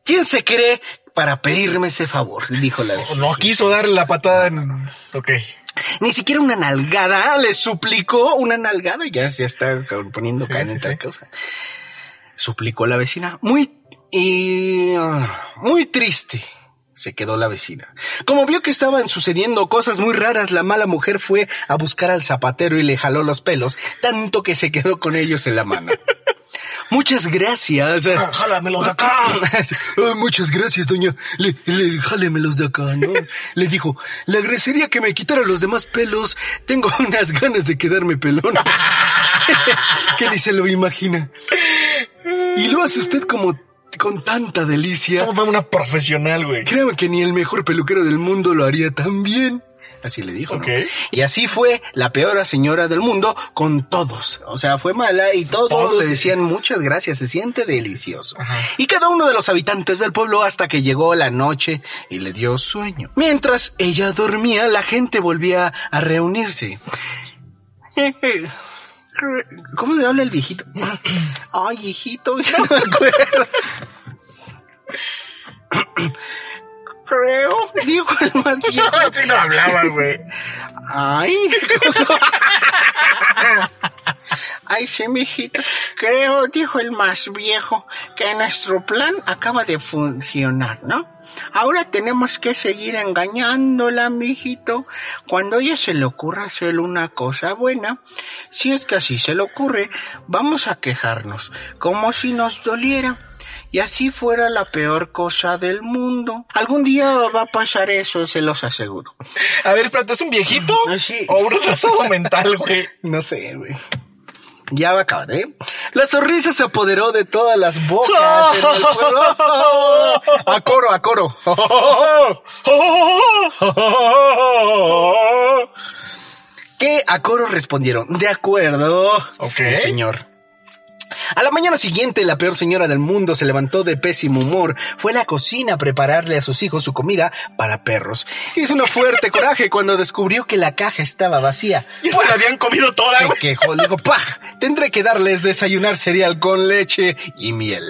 [SPEAKER 2] ¿Quién se cree para pedirme ese favor? Dijo la vecina.
[SPEAKER 1] Oh, No quiso darle la patada en. Ok.
[SPEAKER 2] Ni siquiera una nalgada, ah, le suplicó una nalgada, ya, ya está poniendo
[SPEAKER 1] Sí,
[SPEAKER 2] cana
[SPEAKER 1] sí,
[SPEAKER 2] en tal
[SPEAKER 1] sí.
[SPEAKER 2] cosa. Suplicó la vecina, muy, y, ah, muy triste. Se quedó la vecina. Como vio que estaban sucediendo cosas muy raras, la mala mujer fue a buscar al zapatero y le jaló los pelos, tanto que se quedó con ellos en
[SPEAKER 1] *laughs*
[SPEAKER 2] la mano. Muchas gracias.
[SPEAKER 1] Jálamelo de
[SPEAKER 2] *laughs*
[SPEAKER 1] acá.
[SPEAKER 2] Ah, Muchas gracias, doña. Le, le- jálemelos de acá, ¿no? Le dijo, le agradecería que me quitara los demás pelos. Tengo *laughs* unas ganas de quedarme pelón. *laughs* que ni se lo imagina. Y lo hace usted como con tanta delicia.
[SPEAKER 1] Todo fue una profesional, güey.
[SPEAKER 2] Créame que ni el mejor peluquero del mundo lo haría tan bien. Así le dijo. ¿no?
[SPEAKER 1] Ok.
[SPEAKER 2] Y así fue la peor señora del mundo con todos. O sea, fue mala y todos,
[SPEAKER 1] Todos,
[SPEAKER 2] le
[SPEAKER 1] sí.
[SPEAKER 2] decían muchas gracias, se siente delicioso.
[SPEAKER 1] Ajá.
[SPEAKER 2] Y cada uno de los habitantes del pueblo hasta que llegó la noche y le dio sueño. Mientras ella dormía, la gente volvía
[SPEAKER 1] *laughs*
[SPEAKER 2] a reunirse. ¿Cómo le habla el viejito? Ay, hijito, ya *laughs* no me acuerdo. Creo, dijo el más viejo.
[SPEAKER 1] *laughs* Así no hablaba, güey.
[SPEAKER 2] Ay. *laughs* Ay, sí, mijito. Creo, dijo el más viejo, que nuestro plan acaba de funcionar, ¿no? Ahora tenemos que seguir engañándola, mijito. Cuando ella se le ocurra hacer una cosa buena, si es que así se le ocurre, vamos a quejarnos, como si nos doliera. Y así fuera la peor cosa del mundo. Algún día va a pasar eso, se los aseguro.
[SPEAKER 1] A ver, espérate, ¿es un viejito?
[SPEAKER 2] Ah, sí.
[SPEAKER 1] O un retrasado mental, güey.
[SPEAKER 2] No sé, güey. Ya va a acabar, ¿eh? La sonrisa se apoderó de todas las bocas. en el pueblo. A coro, a coro. Que a coro respondieron, de acuerdo,
[SPEAKER 1] Ok.
[SPEAKER 2] mi señor. A la mañana siguiente, la peor señora del mundo se levantó de pésimo humor, fue a la cocina a prepararle a sus hijos su comida para perros. Hizo un fuerte coraje cuando descubrió que la caja estaba vacía.
[SPEAKER 1] Ya se la habían comido toda,
[SPEAKER 2] Se
[SPEAKER 1] güey.
[SPEAKER 2] quejó, le dijo, "Pah, Tendré que darles desayunar cereal con leche y miel.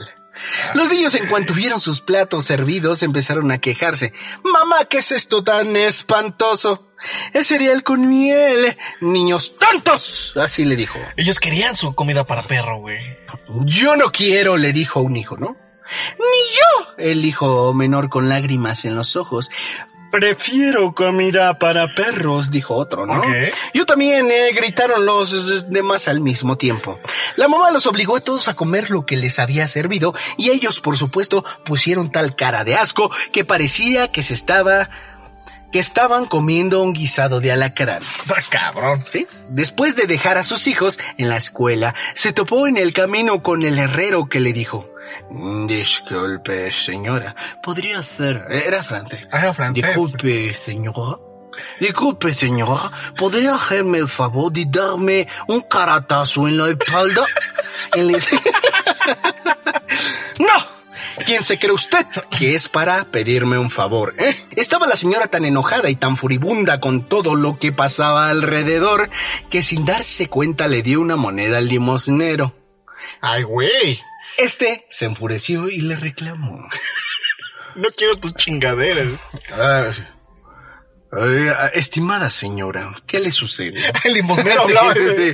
[SPEAKER 2] Los niños, en cuanto vieron sus platos servidos, empezaron a quejarse. Mamá, ¿qué es esto tan espantoso? Es cereal con miel. Niños tontos. Así le dijo.
[SPEAKER 1] Ellos querían su comida para perro, güey.
[SPEAKER 2] Yo no quiero, le dijo un hijo, ¿no? Ni yo, el hijo menor con lágrimas en los ojos. Prefiero comida para perros, dijo otro, ¿no?
[SPEAKER 1] Ok.
[SPEAKER 2] Yo también, eh, gritaron los eh, demás al mismo tiempo. La mamá los obligó a todos a comer lo que les había servido y ellos, por supuesto, pusieron tal cara de asco que parecía que se estaba que estaban comiendo un guisado de alacranes.
[SPEAKER 1] Ah, cabrón.
[SPEAKER 2] ¿Sí? Después de dejar a sus hijos en la escuela, se topó en el camino con el herrero que le dijo, Disculpe, señora, podría hacer... Era francés.
[SPEAKER 1] Ah, era francés.
[SPEAKER 2] Disculpe, señora. Disculpe, señora, ¿podría hacerme el favor de darme un caratazo en la espalda? En la es- *laughs* ¡No! ¿Quién se cree usted que es para pedirme un favor? eh? Estaba la señora tan enojada y tan furibunda con todo lo que pasaba alrededor que sin darse cuenta le dio una moneda al limosnero.
[SPEAKER 1] Ay, güey.
[SPEAKER 2] Este se enfureció y le reclamó.
[SPEAKER 1] No quiero tus chingaderas.
[SPEAKER 2] Ah, sí. Eh, estimada señora, ¿qué
[SPEAKER 1] *laughs*
[SPEAKER 2] le sucede?
[SPEAKER 1] El limosnero
[SPEAKER 2] Sí,
[SPEAKER 1] hablaba
[SPEAKER 2] sí,
[SPEAKER 1] de-
[SPEAKER 2] sí.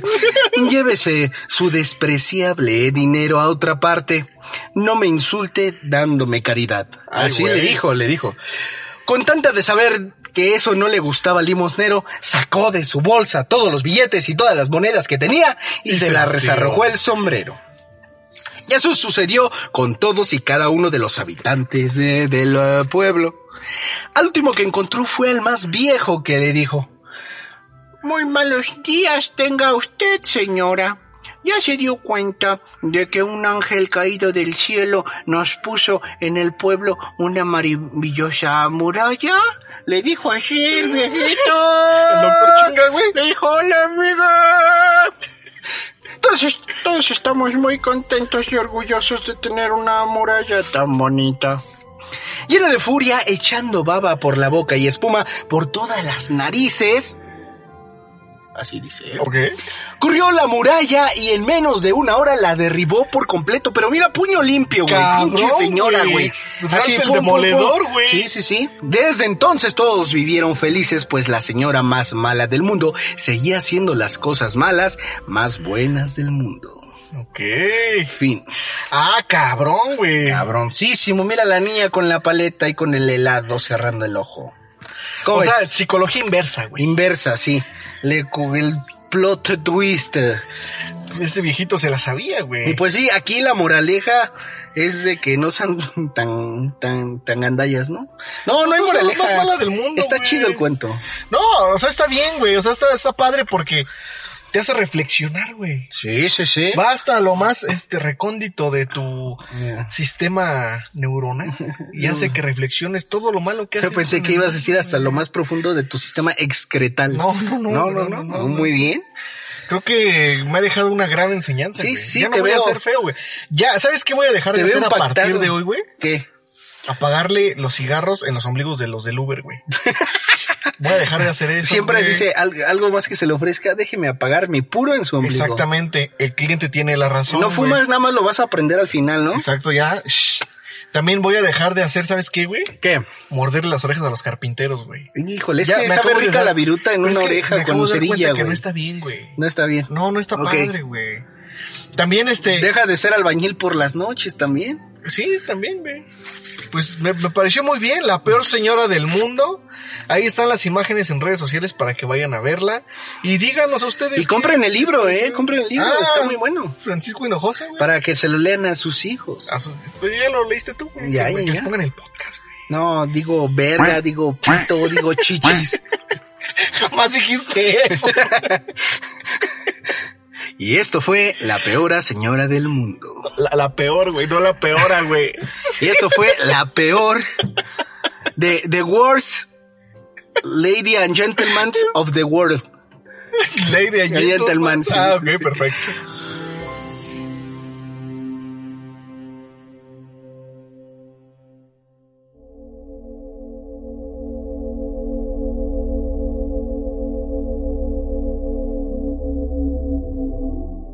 [SPEAKER 2] Llévese su despreciable dinero a otra parte. No me insulte dándome caridad.
[SPEAKER 1] Ay,
[SPEAKER 2] Así
[SPEAKER 1] güey.
[SPEAKER 2] le dijo, le dijo. Con tanta de saber que eso no le gustaba al limosnero, sacó de su bolsa todos los billetes y todas las monedas que tenía
[SPEAKER 1] Y
[SPEAKER 2] y, se,
[SPEAKER 1] se
[SPEAKER 2] las
[SPEAKER 1] las
[SPEAKER 2] resarrojó
[SPEAKER 1] tiró.
[SPEAKER 2] el sombrero. Y eso sucedió con todos y cada uno de los habitantes eh, del eh, pueblo. Al último que encontró fue el más viejo que le dijo. Muy malos días tenga usted, señora. ¿Ya se dio cuenta de que un ángel caído del cielo nos puso en el pueblo una maravillosa muralla? Le dijo así el
[SPEAKER 1] El doctor
[SPEAKER 2] viejito.
[SPEAKER 1] chinga, güey.
[SPEAKER 2] Le dijo, hola, amiga. Entonces, todos estamos muy contentos y orgullosos de tener una muralla tan bonita. Lleno de furia, echando baba por la boca y espuma por todas las narices. Así dice.
[SPEAKER 1] Ok.
[SPEAKER 2] Corrió la muralla y en menos de una hora la derribó por completo. Pero mira, puño limpio, güey.
[SPEAKER 1] Cabrón,
[SPEAKER 2] Pinche señora,
[SPEAKER 1] güey.
[SPEAKER 2] güey.
[SPEAKER 1] Franz el demoledor, güey.
[SPEAKER 2] Sí, sí, sí. Desde entonces todos vivieron felices, pues la señora más mala del mundo seguía haciendo las cosas malas más buenas del mundo.
[SPEAKER 1] Ok.
[SPEAKER 2] Fin.
[SPEAKER 1] Ah, cabrón, güey.
[SPEAKER 2] Cabroncísimo. Mira la niña con la paleta y con el helado cerrando el ojo. ¿Cómo
[SPEAKER 1] O sea,
[SPEAKER 2] es?
[SPEAKER 1] psicología inversa, güey.
[SPEAKER 2] Inversa, sí. Le con el plot twist.
[SPEAKER 1] Ese viejito se la sabía, güey.
[SPEAKER 2] Y pues sí, aquí la moraleja es de que no sean *laughs* tan, tan, tan gandallas, ¿no? No, no hay
[SPEAKER 1] No, es la
[SPEAKER 2] moraleja.
[SPEAKER 1] más mala del mundo,
[SPEAKER 2] Está
[SPEAKER 1] güey.
[SPEAKER 2] chido el cuento.
[SPEAKER 1] No, o sea, está bien, güey. O sea, está, está padre porque te hace reflexionar, güey.
[SPEAKER 2] Sí, sí, sí.
[SPEAKER 1] Va hasta lo más este recóndito de tu sistema neuronal y
[SPEAKER 2] *laughs*
[SPEAKER 1] hace que reflexiones todo lo malo que haces.
[SPEAKER 2] Yo pensé que ibas a decir hasta lo más profundo de tu sistema excretal.
[SPEAKER 1] No, no, no,
[SPEAKER 2] No,
[SPEAKER 1] no, no, no.
[SPEAKER 2] Muy bien.
[SPEAKER 1] Creo que me ha dejado una gran enseñanza.
[SPEAKER 2] Sí,
[SPEAKER 1] güey.
[SPEAKER 2] sí,
[SPEAKER 1] ya no
[SPEAKER 2] te
[SPEAKER 1] voy
[SPEAKER 2] veo.
[SPEAKER 1] a ser feo, güey. Ya, ¿sabes qué voy a dejar
[SPEAKER 2] Te
[SPEAKER 1] de
[SPEAKER 2] veo
[SPEAKER 1] hacer a partir
[SPEAKER 2] impactado.
[SPEAKER 1] de hoy, güey?
[SPEAKER 2] ¿Qué?
[SPEAKER 1] Apagarle los cigarros en los ombligos de los del Uber,
[SPEAKER 2] *laughs*
[SPEAKER 1] güey. Voy a dejar de hacer eso.
[SPEAKER 2] Siempre
[SPEAKER 1] güey.
[SPEAKER 2] dice al- algo más que se le ofrezca, déjeme apagar mi puro en su ombligo.
[SPEAKER 1] Exactamente, el cliente tiene la razón.
[SPEAKER 2] No
[SPEAKER 1] güey.
[SPEAKER 2] fumas, nada más lo vas a aprender al final, ¿no?
[SPEAKER 1] Exacto, ya. Shh. También voy a dejar de hacer, ¿sabes qué, güey?
[SPEAKER 2] ¿Qué?
[SPEAKER 1] Morderle las orejas a los carpinteros, güey.
[SPEAKER 2] Híjole, es
[SPEAKER 1] Ya,
[SPEAKER 2] que
[SPEAKER 1] me
[SPEAKER 2] sabe
[SPEAKER 1] acabo de
[SPEAKER 2] rica
[SPEAKER 1] dar-
[SPEAKER 2] la viruta en
[SPEAKER 1] Pero es
[SPEAKER 2] una
[SPEAKER 1] que me
[SPEAKER 2] oreja con
[SPEAKER 1] acabo de dar
[SPEAKER 2] lucerilla,
[SPEAKER 1] cuenta que
[SPEAKER 2] güey.
[SPEAKER 1] No está bien, güey.
[SPEAKER 2] No está bien.
[SPEAKER 1] No, no está
[SPEAKER 2] Ok.
[SPEAKER 1] padre, güey. También este...
[SPEAKER 2] Deja de ser albañil por las noches también.
[SPEAKER 1] Sí, también, güey. Pues me, me pareció muy bien, la peor señora del mundo. Ahí están las imágenes en redes sociales para que vayan a verla. Y díganos a ustedes...
[SPEAKER 2] Y compren el libro, ¿eh? Compren el libro,
[SPEAKER 1] Ah,
[SPEAKER 2] está muy bueno.
[SPEAKER 1] Francisco Hinojosa, güey.
[SPEAKER 2] Para que se lo lean a sus hijos.
[SPEAKER 1] A su- Pues ya lo leíste tú, güey.
[SPEAKER 2] Ya,
[SPEAKER 1] Que-
[SPEAKER 2] ya,
[SPEAKER 1] que les
[SPEAKER 2] ya.
[SPEAKER 1] pongan el podcast, güey. *laughs*
[SPEAKER 2] No, digo verga, digo pito, digo chichis.
[SPEAKER 1] Jamás dijiste eso.
[SPEAKER 2] Y esto fue La Peora Señora del Mundo.
[SPEAKER 1] La, la peor, güey, no la peora, güey.
[SPEAKER 2] Y esto fue La Peor de The Worst Lady and Gentlemen of the World.
[SPEAKER 1] Lady and
[SPEAKER 2] Lady and Gentleman, sí,
[SPEAKER 1] Ah, ok,
[SPEAKER 2] sí, sí.
[SPEAKER 1] perfecto.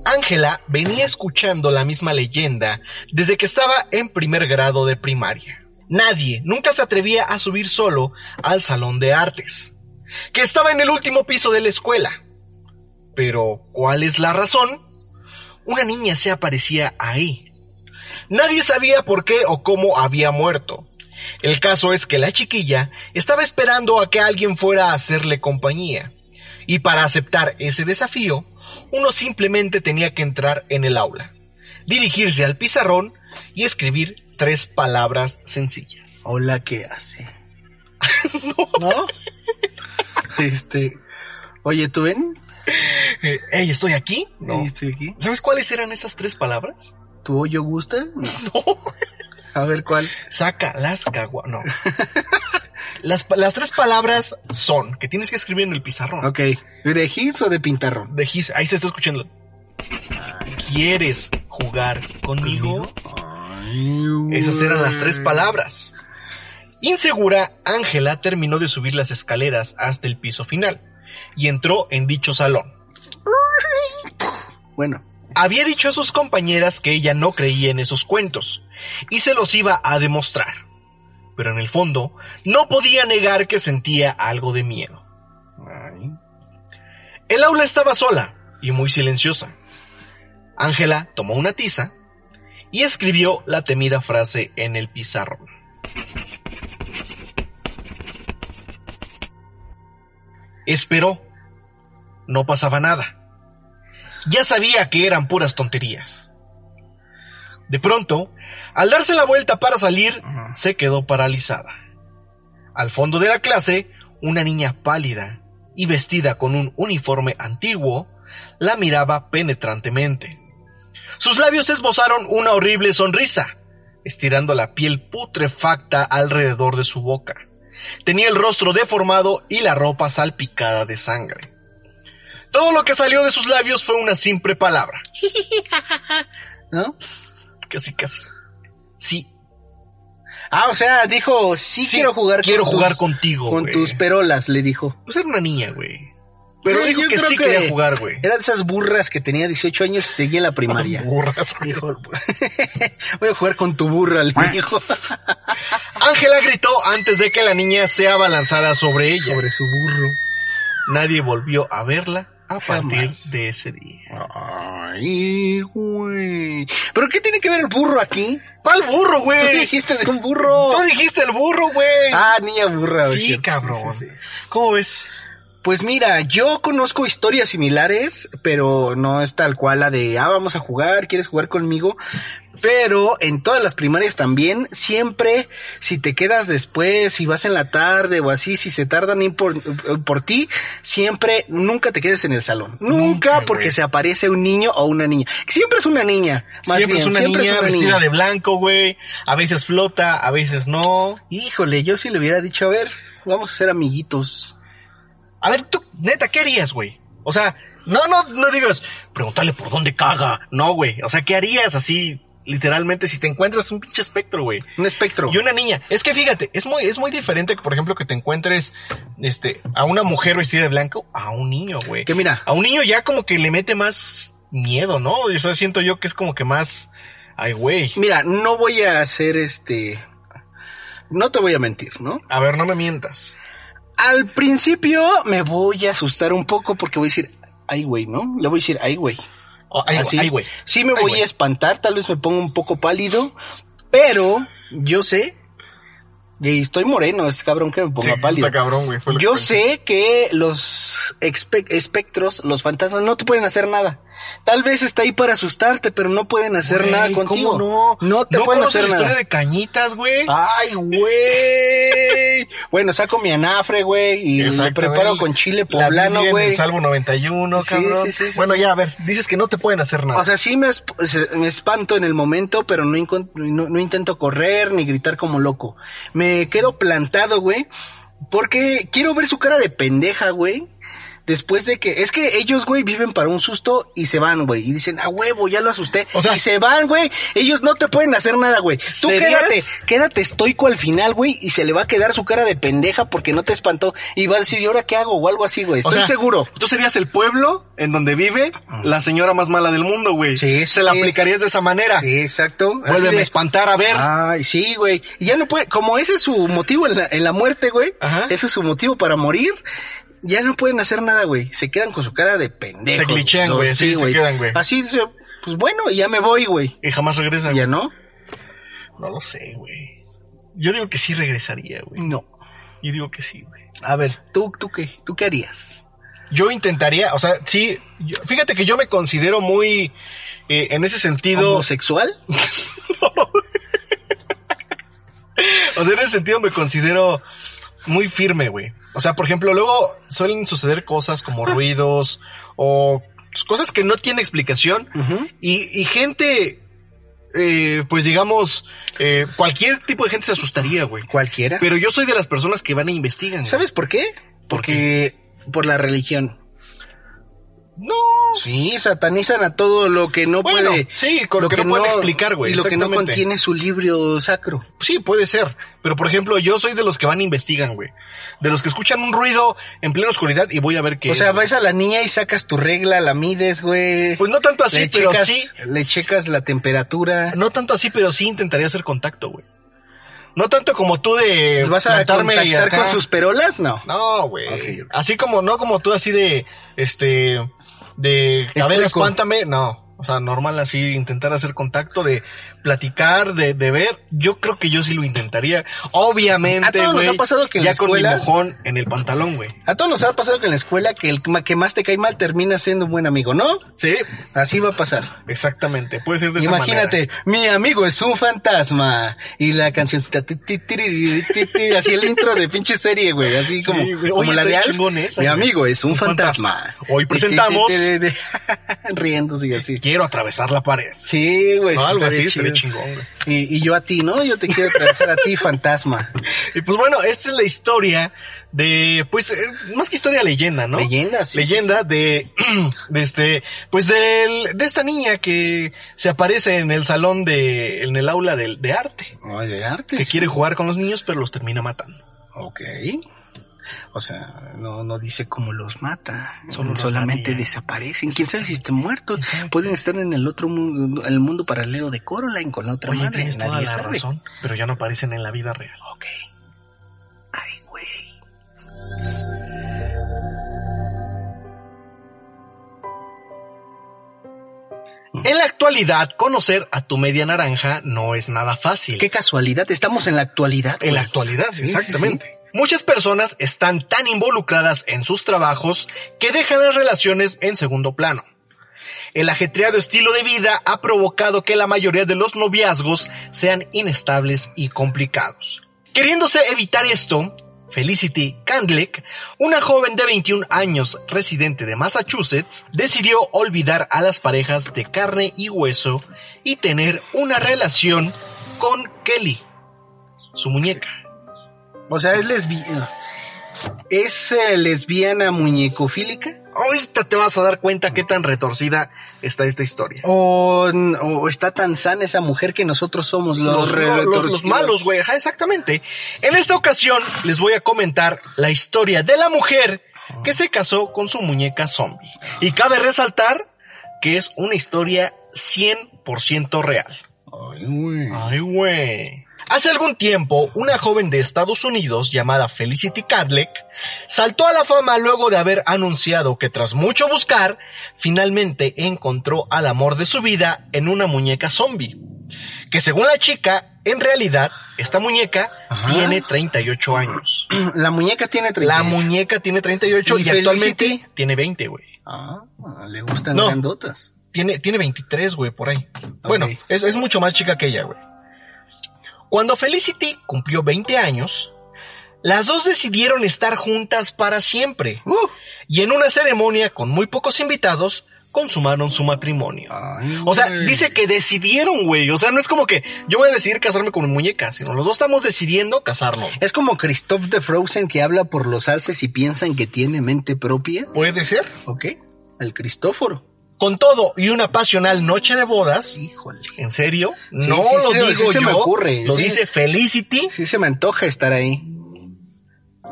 [SPEAKER 1] Ángela venía escuchando la misma leyenda desde que estaba en primer grado de primaria. Nadie nunca se atrevía a subir solo al salón de artes, que estaba en el último piso de la escuela. Pero, ¿cuál es la razón? Una niña se aparecía ahí. Nadie sabía por qué o cómo había muerto. El caso es que la chiquilla estaba esperando a que alguien fuera a hacerle compañía. Y para aceptar ese desafío, uno simplemente tenía que entrar en el aula, dirigirse al pizarrón y escribir tres palabras sencillas. *laughs*
[SPEAKER 2] Hola, ¿qué hace? ¿No? Este. Oye, ¿tú ven?
[SPEAKER 1] Eh, Ey, estoy aquí. No.
[SPEAKER 2] Este, aquí.
[SPEAKER 1] ¿Sabes cuáles eran esas tres palabras?
[SPEAKER 2] ¿Tu hoyo gusta? No.
[SPEAKER 1] *laughs* No.
[SPEAKER 2] A ver cuál.
[SPEAKER 1] Saca las caguas. No. Las, pa- las tres palabras son que tienes que escribir en el pizarrón.
[SPEAKER 2] Ok. ¿De Hits o de Pintarrón?
[SPEAKER 1] De Gis- ahí se está escuchando. ¿Quieres jugar conmigo? Esas eran las tres
[SPEAKER 2] Mm.
[SPEAKER 1] palabras. Insegura, Ángela terminó de subir las escaleras hasta el piso final y entró en dicho salón.
[SPEAKER 2] Bueno.
[SPEAKER 1] Había dicho a sus compañeras que ella no creía en esos cuentos y se los iba a demostrar. Pero en el fondo, no podía negar que sentía algo de miedo. El aula estaba sola y muy silenciosa. Ángela tomó una tiza y escribió la temida frase en el pizarrón. Esperó. No pasaba nada. Ya sabía que eran puras tonterías. De pronto, al darse la vuelta para salir, se quedó paralizada. Al fondo de la clase, una niña pálida y vestida con un uniforme antiguo la miraba penetrantemente. Sus labios esbozaron una horrible sonrisa, estirando la piel putrefacta alrededor de su boca. Tenía el rostro deformado y la ropa salpicada de sangre. Todo lo que salió de sus labios fue una simple palabra.
[SPEAKER 2] ¿No?
[SPEAKER 1] Casi, casi. Sí,
[SPEAKER 2] Ah, o sea, dijo, sí,
[SPEAKER 1] sí,
[SPEAKER 2] quiero jugar
[SPEAKER 1] quiero jugar
[SPEAKER 2] tus-
[SPEAKER 1] contigo.
[SPEAKER 2] con
[SPEAKER 1] güey.
[SPEAKER 2] tus perolas, le dijo.
[SPEAKER 1] Pues era una niña, güey. Pero
[SPEAKER 2] Eh,
[SPEAKER 1] dijo
[SPEAKER 2] yo
[SPEAKER 1] que
[SPEAKER 2] creo
[SPEAKER 1] sí
[SPEAKER 2] que
[SPEAKER 1] quería jugar, güey.
[SPEAKER 2] Era de esas burras que tenía 18 años y seguía en la primaria.
[SPEAKER 1] Burras, güey.
[SPEAKER 2] Dijo, voy a jugar con tu burra, le dijo.
[SPEAKER 1] Ángela gritó antes de que la niña sea abalanzada sobre ella.
[SPEAKER 2] Sobre su burro.
[SPEAKER 1] Nadie volvió a verla a partir
[SPEAKER 2] Jamás.
[SPEAKER 1] de ese día.
[SPEAKER 2] Ay, güey. ¿Pero qué tiene que ver el burro aquí?
[SPEAKER 1] ¿Cuál burro,
[SPEAKER 2] Tú
[SPEAKER 1] güey?
[SPEAKER 2] dijiste de un burro.
[SPEAKER 1] Tú dijiste el burro, güey.
[SPEAKER 2] Ah, niña burra.
[SPEAKER 1] Sí,
[SPEAKER 2] es cierto,
[SPEAKER 1] cabrón.
[SPEAKER 2] sí, sí, sí.
[SPEAKER 1] ¿Cómo ves?
[SPEAKER 2] Pues mira, yo conozco historias similares, pero no es tal cual la de, ah, vamos a jugar, ¿quieres jugar conmigo? Pero en todas las primarias también, siempre, si te quedas después, si vas en la tarde o así, si se tardan en por, eh, por ti, siempre, nunca te quedes en el salón. Nunca,
[SPEAKER 1] Nunca,
[SPEAKER 2] porque
[SPEAKER 1] güey.
[SPEAKER 2] se aparece un niño o una niña. Siempre es una niña. más
[SPEAKER 1] siempre es
[SPEAKER 2] bien,
[SPEAKER 1] una
[SPEAKER 2] siempre
[SPEAKER 1] niña vestida de blanco, güey. A veces flota, a veces no.
[SPEAKER 2] Híjole, yo si le hubiera dicho, a ver, vamos a ser amiguitos.
[SPEAKER 1] A ver, tú, neta, ¿qué harías, güey? O sea, no, no, no digas, pregúntale por dónde caga. No, güey. O sea, ¿qué harías así, literalmente, si te encuentras un pinche espectro, güey?
[SPEAKER 2] Un espectro.
[SPEAKER 1] Y una niña. Es que fíjate, es muy, es muy diferente que, por ejemplo, que te encuentres, este, a una mujer vestida de blanco, a un niño, güey.
[SPEAKER 2] Que mira,
[SPEAKER 1] A un niño ya como que le mete más miedo, ¿no? O sea, siento yo que es como que más, ay, güey.
[SPEAKER 2] Mira, no voy a hacer este. No te voy a mentir, ¿no?
[SPEAKER 1] A ver, no me mientas.
[SPEAKER 2] Al principio me voy a asustar un poco porque voy a decir, ay, güey, ¿no? Le voy a decir, ay, güey.
[SPEAKER 1] O- ay,
[SPEAKER 2] Ah, Así.
[SPEAKER 1] güey, ay, güey.
[SPEAKER 2] Sí me
[SPEAKER 1] Ay,
[SPEAKER 2] voy
[SPEAKER 1] güey.
[SPEAKER 2] a espantar, tal vez me ponga un poco pálido, pero yo sé, y estoy moreno, es cabrón que me ponga
[SPEAKER 1] Sí,
[SPEAKER 2] pálido.
[SPEAKER 1] está cabrón, güey. fue lo que
[SPEAKER 2] Yo
[SPEAKER 1] pensé.
[SPEAKER 2] sé que los expe- espectros, los fantasmas, no te pueden hacer nada. Tal vez está ahí para asustarte, pero no pueden hacer
[SPEAKER 1] Güey,
[SPEAKER 2] nada contigo.
[SPEAKER 1] ¿cómo no?
[SPEAKER 2] te pueden
[SPEAKER 1] conoces
[SPEAKER 2] hacer
[SPEAKER 1] la
[SPEAKER 2] nada. Ah,
[SPEAKER 1] historia de cañitas, güey.
[SPEAKER 2] Ay,
[SPEAKER 1] *laughs*
[SPEAKER 2] güey. Bueno, saco mi anafre, güey, y lo
[SPEAKER 1] Exactamente.
[SPEAKER 2] preparo con chile
[SPEAKER 1] La Biblia
[SPEAKER 2] poblano,
[SPEAKER 1] en
[SPEAKER 2] güey.
[SPEAKER 1] el Salmo 91,
[SPEAKER 2] Sí,
[SPEAKER 1] cabrón.
[SPEAKER 2] sí, sí, sí,
[SPEAKER 1] bueno,
[SPEAKER 2] sí.
[SPEAKER 1] ya, a ver, dices que no te pueden hacer nada.
[SPEAKER 2] O sea, sí me, esp- se- me espanto en el momento, pero no, incon- no- no intento correr ni gritar como loco. Me quedo plantado, güey, porque quiero ver su cara de pendeja, güey. Después de que, es que ellos, güey, viven para un susto y se van, güey. Y dicen, ah, huevo, ya lo asusté.
[SPEAKER 1] O sea-
[SPEAKER 2] y se van, güey. Ellos no te pueden hacer nada, güey. Tú
[SPEAKER 1] ¿Serías?
[SPEAKER 2] quédate, quédate estoico al final, güey. Y se le va a quedar su cara de pendeja porque no te espantó. Y va a decir, ¿y ahora qué hago? O algo así, güey.
[SPEAKER 1] O
[SPEAKER 2] Estoy
[SPEAKER 1] sea, Ah.
[SPEAKER 2] seguro.
[SPEAKER 1] Tú serías el pueblo en donde vive la señora más mala del mundo, güey.
[SPEAKER 2] Sí,
[SPEAKER 1] Se la
[SPEAKER 2] sí.
[SPEAKER 1] aplicarías de esa manera.
[SPEAKER 2] Sí, exacto. Así
[SPEAKER 1] Vuélveme Ah. a
[SPEAKER 2] de-
[SPEAKER 1] espantar, a ver.
[SPEAKER 2] Ay, sí, güey. Y ya no puede, como ese es su motivo en la, en la muerte, güey.
[SPEAKER 1] Ajá.
[SPEAKER 2] Ese es su motivo para morir. Ya no pueden hacer nada, güey. Se quedan con su cara de pendejo.
[SPEAKER 1] Se clichean, güey.
[SPEAKER 2] Los-
[SPEAKER 1] Sí, se quedan, güey.
[SPEAKER 2] Así dice, pues bueno, ya me voy, güey.
[SPEAKER 1] Y jamás regresa, güey.
[SPEAKER 2] Ya no.
[SPEAKER 1] No lo sé, güey. Yo digo que sí regresaría, güey.
[SPEAKER 2] No.
[SPEAKER 1] Yo digo que sí, güey.
[SPEAKER 2] A ver, tú, tú qué, tú qué harías.
[SPEAKER 1] Yo intentaría, o sea, sí. yo- fíjate que yo me considero muy, eh, en ese sentido,
[SPEAKER 2] ¿Homosexual?
[SPEAKER 1] O sea, en ese sentido me considero muy firme, güey. O sea, por ejemplo, luego suelen suceder cosas *laughs* como ruidos o cosas que no tienen explicación
[SPEAKER 2] Ujú.
[SPEAKER 1] y, y gente, eh, pues digamos, eh, cualquier tipo de gente se asustaría, güey.
[SPEAKER 2] Cualquiera.
[SPEAKER 1] Pero yo soy de las personas que van e investigan. güey.
[SPEAKER 2] ¿Sabes por qué? Porque por la religión.
[SPEAKER 1] No.
[SPEAKER 2] Sí, satanizan a todo lo que no
[SPEAKER 1] Bueno,
[SPEAKER 2] puede.
[SPEAKER 1] sí, con lo que no pueden explicar, güey,
[SPEAKER 2] Y lo que no
[SPEAKER 1] exactamente.
[SPEAKER 2] contiene su libro sacro.
[SPEAKER 1] Sí, puede ser. Pero por ejemplo, yo soy de los que van e investigan, güey. De los que escuchan un ruido en plena oscuridad y voy a ver qué.
[SPEAKER 2] o sea,
[SPEAKER 1] es, güey.
[SPEAKER 2] ves a la niña y sacas tu regla, la mides, güey.
[SPEAKER 1] Eh, pues no tanto así,
[SPEAKER 2] le,
[SPEAKER 1] pero
[SPEAKER 2] checas,
[SPEAKER 1] sí.
[SPEAKER 2] le checas la temperatura.
[SPEAKER 1] No tanto así, pero sí intentaría hacer contacto, güey. No tanto como tú de.
[SPEAKER 2] Pues ¿Vas a
[SPEAKER 1] plantarme
[SPEAKER 2] contactar
[SPEAKER 1] pues, acá.
[SPEAKER 2] con sus perolas? No.
[SPEAKER 1] No, güey.
[SPEAKER 2] Ok.
[SPEAKER 1] Así como, no como tú, así de, este, de, a ver,
[SPEAKER 2] Estoico.
[SPEAKER 1] espántame. No, o sea, normal así, intentar hacer contacto, de platicar, de, de ver. Yo creo que yo sí lo intentaría. Obviamente,
[SPEAKER 2] A todos nos
[SPEAKER 1] güey,
[SPEAKER 2] ha pasado que en
[SPEAKER 1] ya
[SPEAKER 2] la
[SPEAKER 1] con
[SPEAKER 2] escuela-
[SPEAKER 1] mi mojón en el pantalón, güey.
[SPEAKER 2] A todos nos ha pasado que en la escuela que el ma- que más te cae mal termina siendo un buen amigo, ¿no?
[SPEAKER 1] Sí,
[SPEAKER 2] Así va a pasar.
[SPEAKER 1] exactamente. Puede ser de esa
[SPEAKER 2] Imagínate, mi amigo es un fantasma. Y la cancioncita, ti, ti, tiriri, ti, ti, así el intro de pinche serie, güey. Así como,
[SPEAKER 1] güey.
[SPEAKER 2] como
[SPEAKER 1] Oye,
[SPEAKER 2] la
[SPEAKER 1] está
[SPEAKER 2] de Alf.
[SPEAKER 1] chingón esa,
[SPEAKER 2] mi
[SPEAKER 1] güey.
[SPEAKER 2] amigo es un,
[SPEAKER 1] Un fantasma.
[SPEAKER 2] fantasma.
[SPEAKER 1] Hoy
[SPEAKER 2] Ti, ti,
[SPEAKER 1] presentamos-
[SPEAKER 2] ti, ti, ti, ti. Riéndose y *laughs* así.
[SPEAKER 1] Quiero atravesar la pared.
[SPEAKER 2] Sí, güey.
[SPEAKER 1] No,
[SPEAKER 2] sí,
[SPEAKER 1] algo
[SPEAKER 2] Pues estaría
[SPEAKER 1] así,
[SPEAKER 2] chido.
[SPEAKER 1] estaría chingón, güey.
[SPEAKER 2] Y, y yo a ti, ¿no? Yo te quiero atravesar a ti, fantasma.
[SPEAKER 1] Y pues bueno, esta es la historia de, pues, eh, más que historia leyenda, ¿no?
[SPEAKER 2] Leyenda, sí,
[SPEAKER 1] leyenda de, *clears throat* de este, pues del, de esta niña que se aparece en el salón de, en el aula de, de arte,
[SPEAKER 2] Ay, de
[SPEAKER 1] que
[SPEAKER 2] arte.
[SPEAKER 1] quiere jugar con los niños pero los termina matando.
[SPEAKER 2] Ok. O sea, no, no dice cómo los mata.
[SPEAKER 1] Solo los mata
[SPEAKER 2] solamente
[SPEAKER 1] y ya.
[SPEAKER 2] desaparecen. ¿Quién sabe si estén muertos? Pueden estar en el otro mundo, el mundo paralelo de Coraline con la otra
[SPEAKER 1] Pues, Oye,
[SPEAKER 2] madre.
[SPEAKER 1] tienes toda
[SPEAKER 2] Nadie
[SPEAKER 1] la
[SPEAKER 2] sabe.
[SPEAKER 1] razón, pero ya no aparecen en la vida real.
[SPEAKER 2] Ok. Ay, güey.
[SPEAKER 1] En la actualidad, conocer a tu media naranja no es nada fácil.
[SPEAKER 2] Qué casualidad. Estamos en la actualidad.
[SPEAKER 1] En la
[SPEAKER 2] güey.
[SPEAKER 1] actualidad,
[SPEAKER 2] Sí,
[SPEAKER 1] exactamente. Muchas personas están tan involucradas en sus trabajos que dejan las relaciones en segundo plano. El ajetreado estilo de vida ha provocado que la mayoría de los noviazgos sean inestables y complicados. Queriéndose evitar esto, Felicity Candleck, una joven de 21 años residente de Massachusetts, decidió olvidar a las parejas de carne y hueso y tener una relación con Kelly, su muñeca.
[SPEAKER 2] O sea, es lesbiana. ¿Es eh, lesbiana muñecofílica?
[SPEAKER 1] Ahorita te vas a dar cuenta qué tan retorcida está esta historia.
[SPEAKER 2] ¿O, o está tan sana esa mujer que nosotros somos
[SPEAKER 1] los,
[SPEAKER 2] los,
[SPEAKER 1] los- los
[SPEAKER 2] retorcidos?
[SPEAKER 1] malos, güey. Ajá, exactamente. En esta ocasión les voy a comentar la historia de la mujer que se casó con su muñeca zombie. Y cabe resaltar que es una historia 100% real.
[SPEAKER 2] Ay, güey.
[SPEAKER 1] Ay, güey. Hace algún tiempo, una joven de Estados Unidos llamada Felicity Cadleck saltó a la fama luego de haber anunciado que tras mucho buscar, finalmente encontró al amor de su vida en una muñeca zombie. Que según la chica, en realidad, esta muñeca
[SPEAKER 2] Ajá.
[SPEAKER 1] tiene 38 *clears throat* años.
[SPEAKER 2] *clears throat* La muñeca tiene 30.
[SPEAKER 1] La muñeca tiene 38
[SPEAKER 2] ¿Y
[SPEAKER 1] y, actualmente
[SPEAKER 2] Felicity?
[SPEAKER 1] tiene 20, güey.
[SPEAKER 2] Ah, le gustan
[SPEAKER 1] No.
[SPEAKER 2] grandotas.
[SPEAKER 1] Tiene, tiene 23, güey, por ahí. Bueno,
[SPEAKER 2] Ok.
[SPEAKER 1] es, es mucho más chica que ella, güey. Cuando Felicity cumplió 20 años, las dos decidieron estar juntas para siempre. Y en una ceremonia con muy pocos invitados, consumaron su matrimonio.
[SPEAKER 2] Ay,
[SPEAKER 1] O sea,
[SPEAKER 2] güey.
[SPEAKER 1] dice que decidieron, güey. O sea, no es como que yo voy a decidir casarme con mi muñeca, sino los dos estamos decidiendo casarnos.
[SPEAKER 2] Es como Christoph de Frozen que habla por los alces y piensan que tiene mente propia.
[SPEAKER 1] Puede ser.
[SPEAKER 2] ¿Ok? El Cristóforo.
[SPEAKER 1] Con todo y una pasional noche de bodas,
[SPEAKER 2] Híjole.
[SPEAKER 1] ¿en serio?
[SPEAKER 2] Sí,
[SPEAKER 1] no
[SPEAKER 2] sí,
[SPEAKER 1] lo
[SPEAKER 2] sí,
[SPEAKER 1] digo
[SPEAKER 2] sí se me
[SPEAKER 1] yo,
[SPEAKER 2] ocurre,
[SPEAKER 1] Lo
[SPEAKER 2] sí.
[SPEAKER 1] dice Felicity.
[SPEAKER 2] Sí se me antoja estar ahí.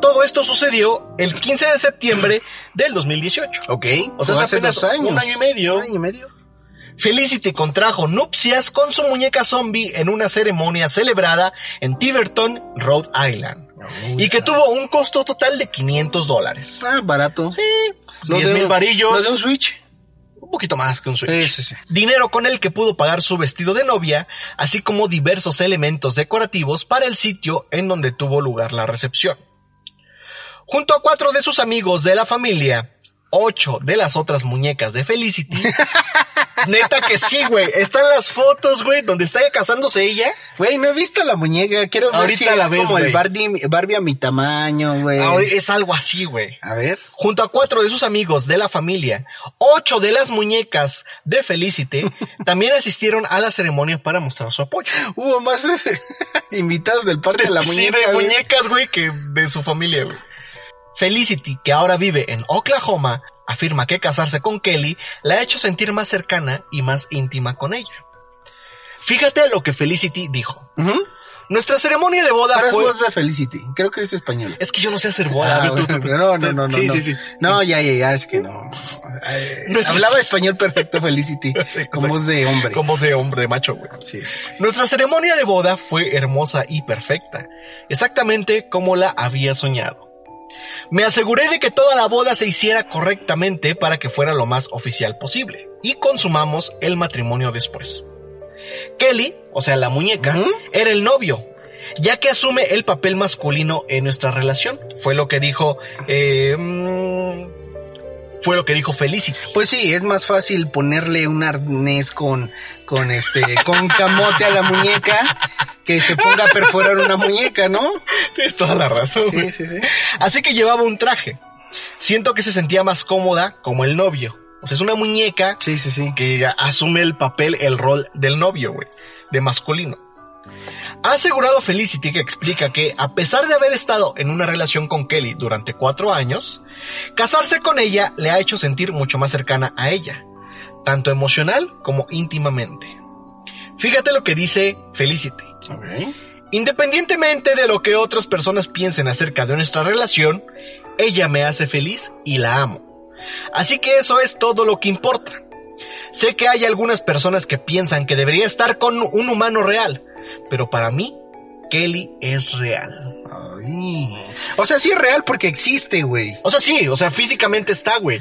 [SPEAKER 1] Todo esto sucedió el 15 de septiembre del 2018.
[SPEAKER 2] ¿Ok?
[SPEAKER 1] O sea,
[SPEAKER 2] Fue
[SPEAKER 1] hace apenas un año y medio.
[SPEAKER 2] Un año y medio.
[SPEAKER 1] Felicity contrajo nupcias con su muñeca zombie en una ceremonia celebrada en Tiverton, Rhode Island. Y que tuvo un costo total de 500 dólares.
[SPEAKER 2] Ah, barato.
[SPEAKER 1] Sí, 10
[SPEAKER 2] de
[SPEAKER 1] mil
[SPEAKER 2] un-
[SPEAKER 1] varillos.
[SPEAKER 2] Lo de un Switch.
[SPEAKER 1] Un poquito más que un Switch.
[SPEAKER 2] Sí, sí, sí.
[SPEAKER 1] Dinero con el que pudo pagar su vestido de novia, así como diversos elementos decorativos para el sitio en donde tuvo lugar la recepción. Junto a cuatro de sus amigos de la familia, ocho de las otras muñecas de Felicity, Neta que sí, güey. Están las fotos, güey, donde está casándose ella.
[SPEAKER 2] Güey, no he visto la muñeca. Quiero ver
[SPEAKER 1] Ahorita
[SPEAKER 2] si
[SPEAKER 1] la
[SPEAKER 2] es
[SPEAKER 1] ves,
[SPEAKER 2] como
[SPEAKER 1] güey.
[SPEAKER 2] el Barbie, Barbie a mi tamaño, güey.
[SPEAKER 1] Ahora Ah, es algo así, güey.
[SPEAKER 2] A ver.
[SPEAKER 1] Junto a cuatro de sus amigos de la familia, ocho de las muñecas de Felicity también asistieron a la ceremonia para mostrar su apoyo.
[SPEAKER 2] Hubo más *laughs* invitados del parque de la
[SPEAKER 1] sí,
[SPEAKER 2] muñeca.
[SPEAKER 1] de
[SPEAKER 2] güey.
[SPEAKER 1] muñecas, güey, que de su familia, güey. Felicity, que ahora vive en Oklahoma, afirma que casarse con Kelly la ha hecho sentir más cercana y más íntima con ella. Fíjate lo que Felicity dijo.
[SPEAKER 2] Ujú.
[SPEAKER 1] Nuestra ceremonia de boda
[SPEAKER 2] Ahora es
[SPEAKER 1] Ah, fue...
[SPEAKER 2] voz de Felicity. Creo que es español.
[SPEAKER 1] Es que yo no sé hacer boda.
[SPEAKER 2] Ah,
[SPEAKER 1] A ver, tú,
[SPEAKER 2] bueno,
[SPEAKER 1] tú, tú.
[SPEAKER 2] no, no, no, no.
[SPEAKER 1] Sí,
[SPEAKER 2] no.
[SPEAKER 1] sí, sí.
[SPEAKER 2] No, ya, ya, ya, es que no. Eh,
[SPEAKER 1] Nuestras-
[SPEAKER 2] Hablaba español perfecto Felicity,
[SPEAKER 1] Pues, *laughs* Sí,
[SPEAKER 2] con
[SPEAKER 1] o sea,
[SPEAKER 2] voz de hombre.
[SPEAKER 1] Con voz de hombre macho, güey.
[SPEAKER 2] Sí, sí, sí.
[SPEAKER 1] Nuestra ceremonia de boda fue hermosa y perfecta, exactamente como la había soñado. Me aseguré de que toda la boda se hiciera correctamente para que fuera lo más oficial posible, y consumamos el matrimonio después. Kelly, o sea, la muñeca,
[SPEAKER 2] Ujú.
[SPEAKER 1] era el novio, ya que asume el papel masculino en nuestra relación. Fue lo que dijo... eh, mm, fue lo que dijo Felicity.
[SPEAKER 2] Pues sí, es más fácil ponerle un arnés con, con este, con camote a la muñeca que se ponga a perforar una
[SPEAKER 1] *laughs*
[SPEAKER 2] muñeca, ¿no?
[SPEAKER 1] Tienes toda la razón. güey.
[SPEAKER 2] sí, sí.
[SPEAKER 1] Así que llevaba un traje. Siento que se sentía más cómoda como el novio. O sea, es una muñeca
[SPEAKER 2] Sí, sí, sí.
[SPEAKER 1] que asume el papel, el rol del novio, güey, de masculino. Ha asegurado Felicity que explica que, a pesar de haber estado en una relación con Kelly durante cuatro años, casarse con ella le ha hecho sentir mucho más cercana a ella, tanto emocional como íntimamente. Fíjate lo que dice Felicity. Independientemente de lo que otras personas piensen acerca de nuestra relación, ella me hace feliz y la amo. Así que eso es todo lo que importa. Sé que hay algunas personas que piensan que debería estar con un humano real, pero para mí, Kelly es real.
[SPEAKER 2] Ay. O sea, sí es real porque existe, güey.
[SPEAKER 1] O sea, sí, o sea, físicamente está, güey,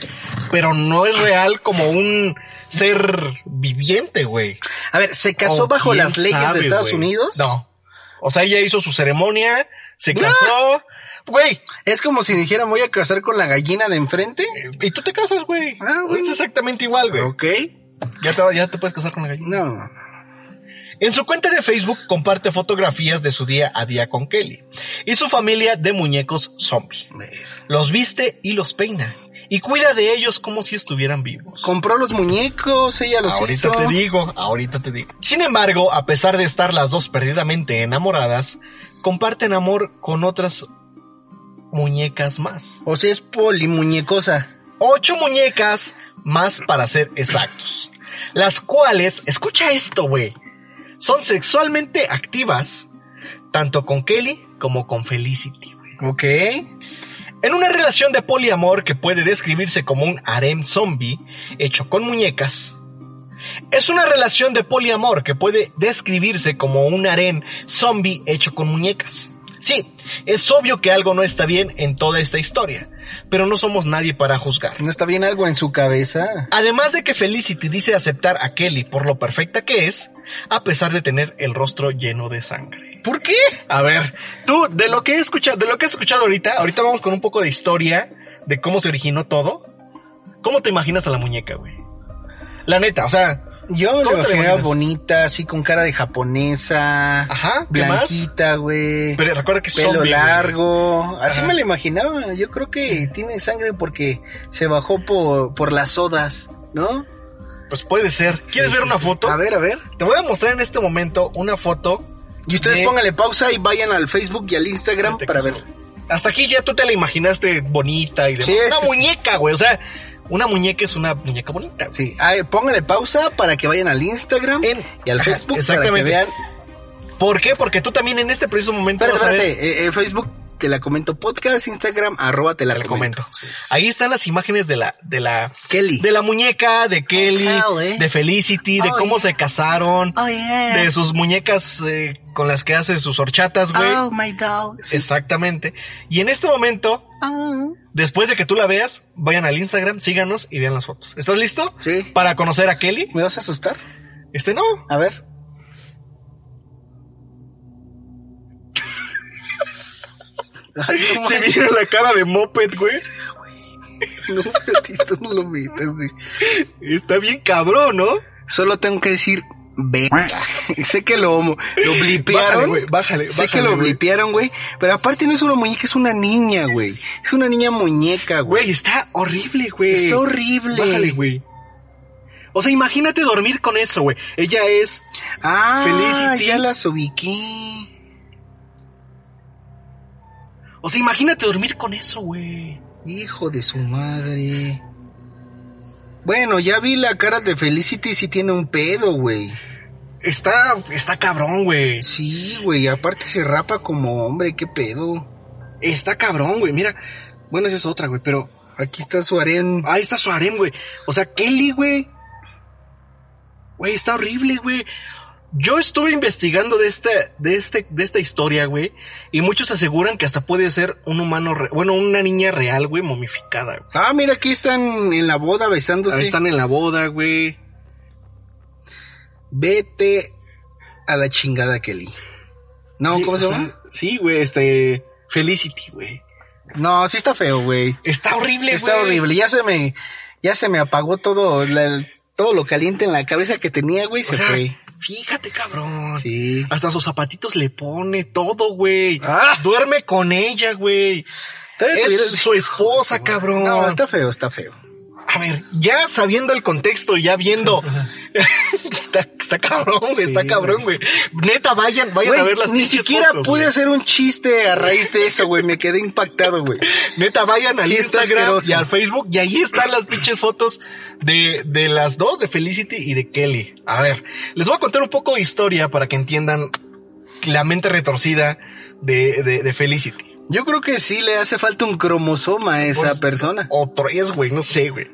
[SPEAKER 1] pero no es real como un ser viviente, güey.
[SPEAKER 2] A ver, ¿se casó
[SPEAKER 1] O
[SPEAKER 2] bajo
[SPEAKER 1] Oh, quién
[SPEAKER 2] las leyes
[SPEAKER 1] sabe,
[SPEAKER 2] de Estados
[SPEAKER 1] güey.
[SPEAKER 2] Unidos?
[SPEAKER 1] No. O sea, ella hizo su ceremonia, se casó. Güey,
[SPEAKER 2] Es como si dijera, voy a casar con la gallina de enfrente.
[SPEAKER 1] Y tú te casas, güey.
[SPEAKER 2] Ah, bueno.
[SPEAKER 1] Es exactamente igual, güey.
[SPEAKER 2] Ok.
[SPEAKER 1] Ya te, ya te puedes casar con la gallina.
[SPEAKER 2] No, no.
[SPEAKER 1] En su cuenta de Facebook comparte fotografías de su día a día con Kelly y su familia de muñecos zombie. Los viste y los peina. Y cuida de ellos como si estuvieran vivos.
[SPEAKER 2] Compró los muñecos, ella los
[SPEAKER 1] ahorita
[SPEAKER 2] hizo.
[SPEAKER 1] te digo, ahorita te digo. Sin embargo, a pesar de estar las dos perdidamente enamoradas, comparten amor con otras muñecas más.
[SPEAKER 2] O sea, es polimuñecosa.
[SPEAKER 1] ocho muñecas más para ser exactos. Las cuales, escucha esto, güey, son sexualmente activas tanto con Kelly como con Felicity. güey.
[SPEAKER 2] Ok.
[SPEAKER 1] En una relación de poliamor que puede describirse como un harem zombie hecho con muñecas, es una relación de poliamor que puede describirse como un harem zombie hecho con muñecas. Sí, es obvio que algo no está bien en toda esta historia, pero no somos nadie para juzgar.
[SPEAKER 2] ¿No está bien algo en su cabeza?
[SPEAKER 1] Además de que Felicity dice aceptar a Kelly por lo perfecta que es, a pesar de tener el rostro lleno de sangre.
[SPEAKER 2] ¿Por qué?
[SPEAKER 1] A ver, tú, de lo que he escuchado, de lo que he escuchado ahorita, ahorita vamos con un poco de historia de cómo se originó todo. ¿Cómo te imaginas a la muñeca, güey? La neta, o sea,
[SPEAKER 2] Yo me
[SPEAKER 1] ¿Cómo
[SPEAKER 2] la
[SPEAKER 1] te la
[SPEAKER 2] imaginaba
[SPEAKER 1] imaginas?
[SPEAKER 2] bonita, así con cara de japonesa.
[SPEAKER 1] ajá, ¿qué más?
[SPEAKER 2] Blanquita, güey.
[SPEAKER 1] Pero recuerda que es
[SPEAKER 2] Pelo
[SPEAKER 1] zombie, güey.
[SPEAKER 2] largo. Así
[SPEAKER 1] Ajá.
[SPEAKER 2] me la imaginaba. Yo creo que tiene sangre porque se bajó por, por las sodas, ¿no?
[SPEAKER 1] Pues puede ser. ¿Quieres
[SPEAKER 2] Sí,
[SPEAKER 1] ver
[SPEAKER 2] sí,
[SPEAKER 1] una
[SPEAKER 2] sí.
[SPEAKER 1] foto?
[SPEAKER 2] A ver, a ver.
[SPEAKER 1] Te voy a mostrar en este momento una foto.
[SPEAKER 2] Y ustedes
[SPEAKER 1] De-
[SPEAKER 2] pónganle pausa y vayan al Facebook y al Instagram
[SPEAKER 1] Espérate,
[SPEAKER 2] para
[SPEAKER 1] que-
[SPEAKER 2] ver.
[SPEAKER 1] Hasta aquí ya tú te la imaginaste bonita y demás.
[SPEAKER 2] Sí,
[SPEAKER 1] una
[SPEAKER 2] sí, sí.
[SPEAKER 1] muñeca, güey. O sea, una muñeca es una muñeca bonita. güey.
[SPEAKER 2] Sí, ah, pónganle pausa para que vayan al Instagram
[SPEAKER 1] En-
[SPEAKER 2] y al
[SPEAKER 1] Ajá,
[SPEAKER 2] Facebook para que
[SPEAKER 1] exactamente.
[SPEAKER 2] vean.
[SPEAKER 1] ¿Por qué? Porque tú también en este preciso momento
[SPEAKER 2] Espérate,
[SPEAKER 1] vas a ver-
[SPEAKER 2] espérate. eh, eh, Facebook te la comento podcast, Instagram arroba te la,
[SPEAKER 1] Te la
[SPEAKER 2] comento.
[SPEAKER 1] comento. Ahí están las imágenes de la, de la,
[SPEAKER 2] Kelly.
[SPEAKER 1] de la muñeca, de Kelly,
[SPEAKER 2] Kelly.
[SPEAKER 1] de Felicity, de
[SPEAKER 2] Ah, Oh,
[SPEAKER 1] cómo
[SPEAKER 2] yeah.
[SPEAKER 1] se casaron,
[SPEAKER 2] Oh, yeah.
[SPEAKER 1] de sus muñecas eh, con las que hace sus horchatas, güey.
[SPEAKER 2] Oh, my doll.
[SPEAKER 1] Exactamente. Y en este momento,
[SPEAKER 2] Oh.
[SPEAKER 1] después de que tú la veas, vayan al Instagram, síganos y vean las fotos. ¿Estás listo?
[SPEAKER 2] Sí.
[SPEAKER 1] Para conocer a Kelly.
[SPEAKER 2] ¿Me vas a asustar?
[SPEAKER 1] Este no.
[SPEAKER 2] A ver. *laughs* Ay, no
[SPEAKER 1] Se
[SPEAKER 2] manches.
[SPEAKER 1] viene la cara de moped, güey.
[SPEAKER 2] No, pero a ti esto no lo metas, güey.
[SPEAKER 1] Está bien cabrón, ¿no?
[SPEAKER 2] Solo tengo que decir, verga. *laughs* sé que lo, lo
[SPEAKER 1] Bájale,
[SPEAKER 2] blipearon.
[SPEAKER 1] güey, bájale,
[SPEAKER 2] sé que
[SPEAKER 1] bájale,
[SPEAKER 2] lo
[SPEAKER 1] güey.
[SPEAKER 2] blipearon, güey. Pero aparte no es una muñeca, es una niña, güey. Es una niña muñeca, güey.
[SPEAKER 1] Güey, está horrible, güey.
[SPEAKER 2] Está horrible.
[SPEAKER 1] Bájale, güey. O sea, imagínate dormir con eso, güey. Ella es.
[SPEAKER 2] Ah,
[SPEAKER 1] Felicity.
[SPEAKER 2] ya las ubiqué.
[SPEAKER 1] O sea, imagínate dormir con eso, güey.
[SPEAKER 2] Hijo de su madre. Bueno, ya vi la cara de Felicity y sí tiene un pedo, güey.
[SPEAKER 1] Está, está cabrón, güey.
[SPEAKER 2] Sí, güey, aparte se rapa como hombre, qué pedo.
[SPEAKER 1] Está cabrón, güey. Mira, bueno, esa es otra, güey, pero
[SPEAKER 2] Aquí está su harén.
[SPEAKER 1] ahí está su harem, güey. O sea, Kelly, güey. Güey, está horrible, güey. Yo estuve investigando de este, de este, de esta historia, güey, y muchos aseguran que hasta puede ser un humano, re- bueno, una niña real, güey, momificada. güey.
[SPEAKER 2] Ah, mira, aquí están en la boda besándose.
[SPEAKER 1] Están en la boda, güey.
[SPEAKER 2] Vete a la chingada, Kelly. No,
[SPEAKER 1] Sí,
[SPEAKER 2] ¿cómo se
[SPEAKER 1] o sea,
[SPEAKER 2] llama?
[SPEAKER 1] Sí, güey, este, Felicity, güey.
[SPEAKER 2] No, sí está feo, güey.
[SPEAKER 1] Está horrible, güey.
[SPEAKER 2] Está horrible. Ya se me, ya se me apagó todo, la- todo lo caliente en la cabeza que tenía, güey,
[SPEAKER 1] O
[SPEAKER 2] se
[SPEAKER 1] sea,
[SPEAKER 2] fue.
[SPEAKER 1] Fíjate, cabrón.
[SPEAKER 2] Sí.
[SPEAKER 1] Hasta sus zapatitos le pone todo, güey.
[SPEAKER 2] Ah.
[SPEAKER 1] Duerme con ella, güey.
[SPEAKER 2] Todavía
[SPEAKER 1] Es
[SPEAKER 2] tuviera-
[SPEAKER 1] su esposa, cabrón.
[SPEAKER 2] No, está feo, está feo.
[SPEAKER 1] A ver, ya sabiendo el contexto, ya
[SPEAKER 2] *laughs*
[SPEAKER 1] viendo. está, está cabrón, güey. está
[SPEAKER 2] Sí,
[SPEAKER 1] cabrón, güey. Neta, vayan, vayan a
[SPEAKER 2] Güey,
[SPEAKER 1] ver las
[SPEAKER 2] ni
[SPEAKER 1] pinches
[SPEAKER 2] siquiera
[SPEAKER 1] fotos,
[SPEAKER 2] pude
[SPEAKER 1] güey.
[SPEAKER 2] hacer un chiste a raíz de eso, güey. Me quedé impactado, güey.
[SPEAKER 1] Neta, vayan al
[SPEAKER 2] Sí, está
[SPEAKER 1] Instagram
[SPEAKER 2] asqueroso.
[SPEAKER 1] y al Facebook y ahí están las pinches fotos de, de las dos, de Felicity y de Kelly. A ver, les voy a contar un poco de historia para que entiendan la mente retorcida de, de, de Felicity.
[SPEAKER 2] Yo creo que sí le hace falta un cromosoma a esa
[SPEAKER 1] Pues,
[SPEAKER 2] persona.
[SPEAKER 1] O tres, güey, no sé, güey.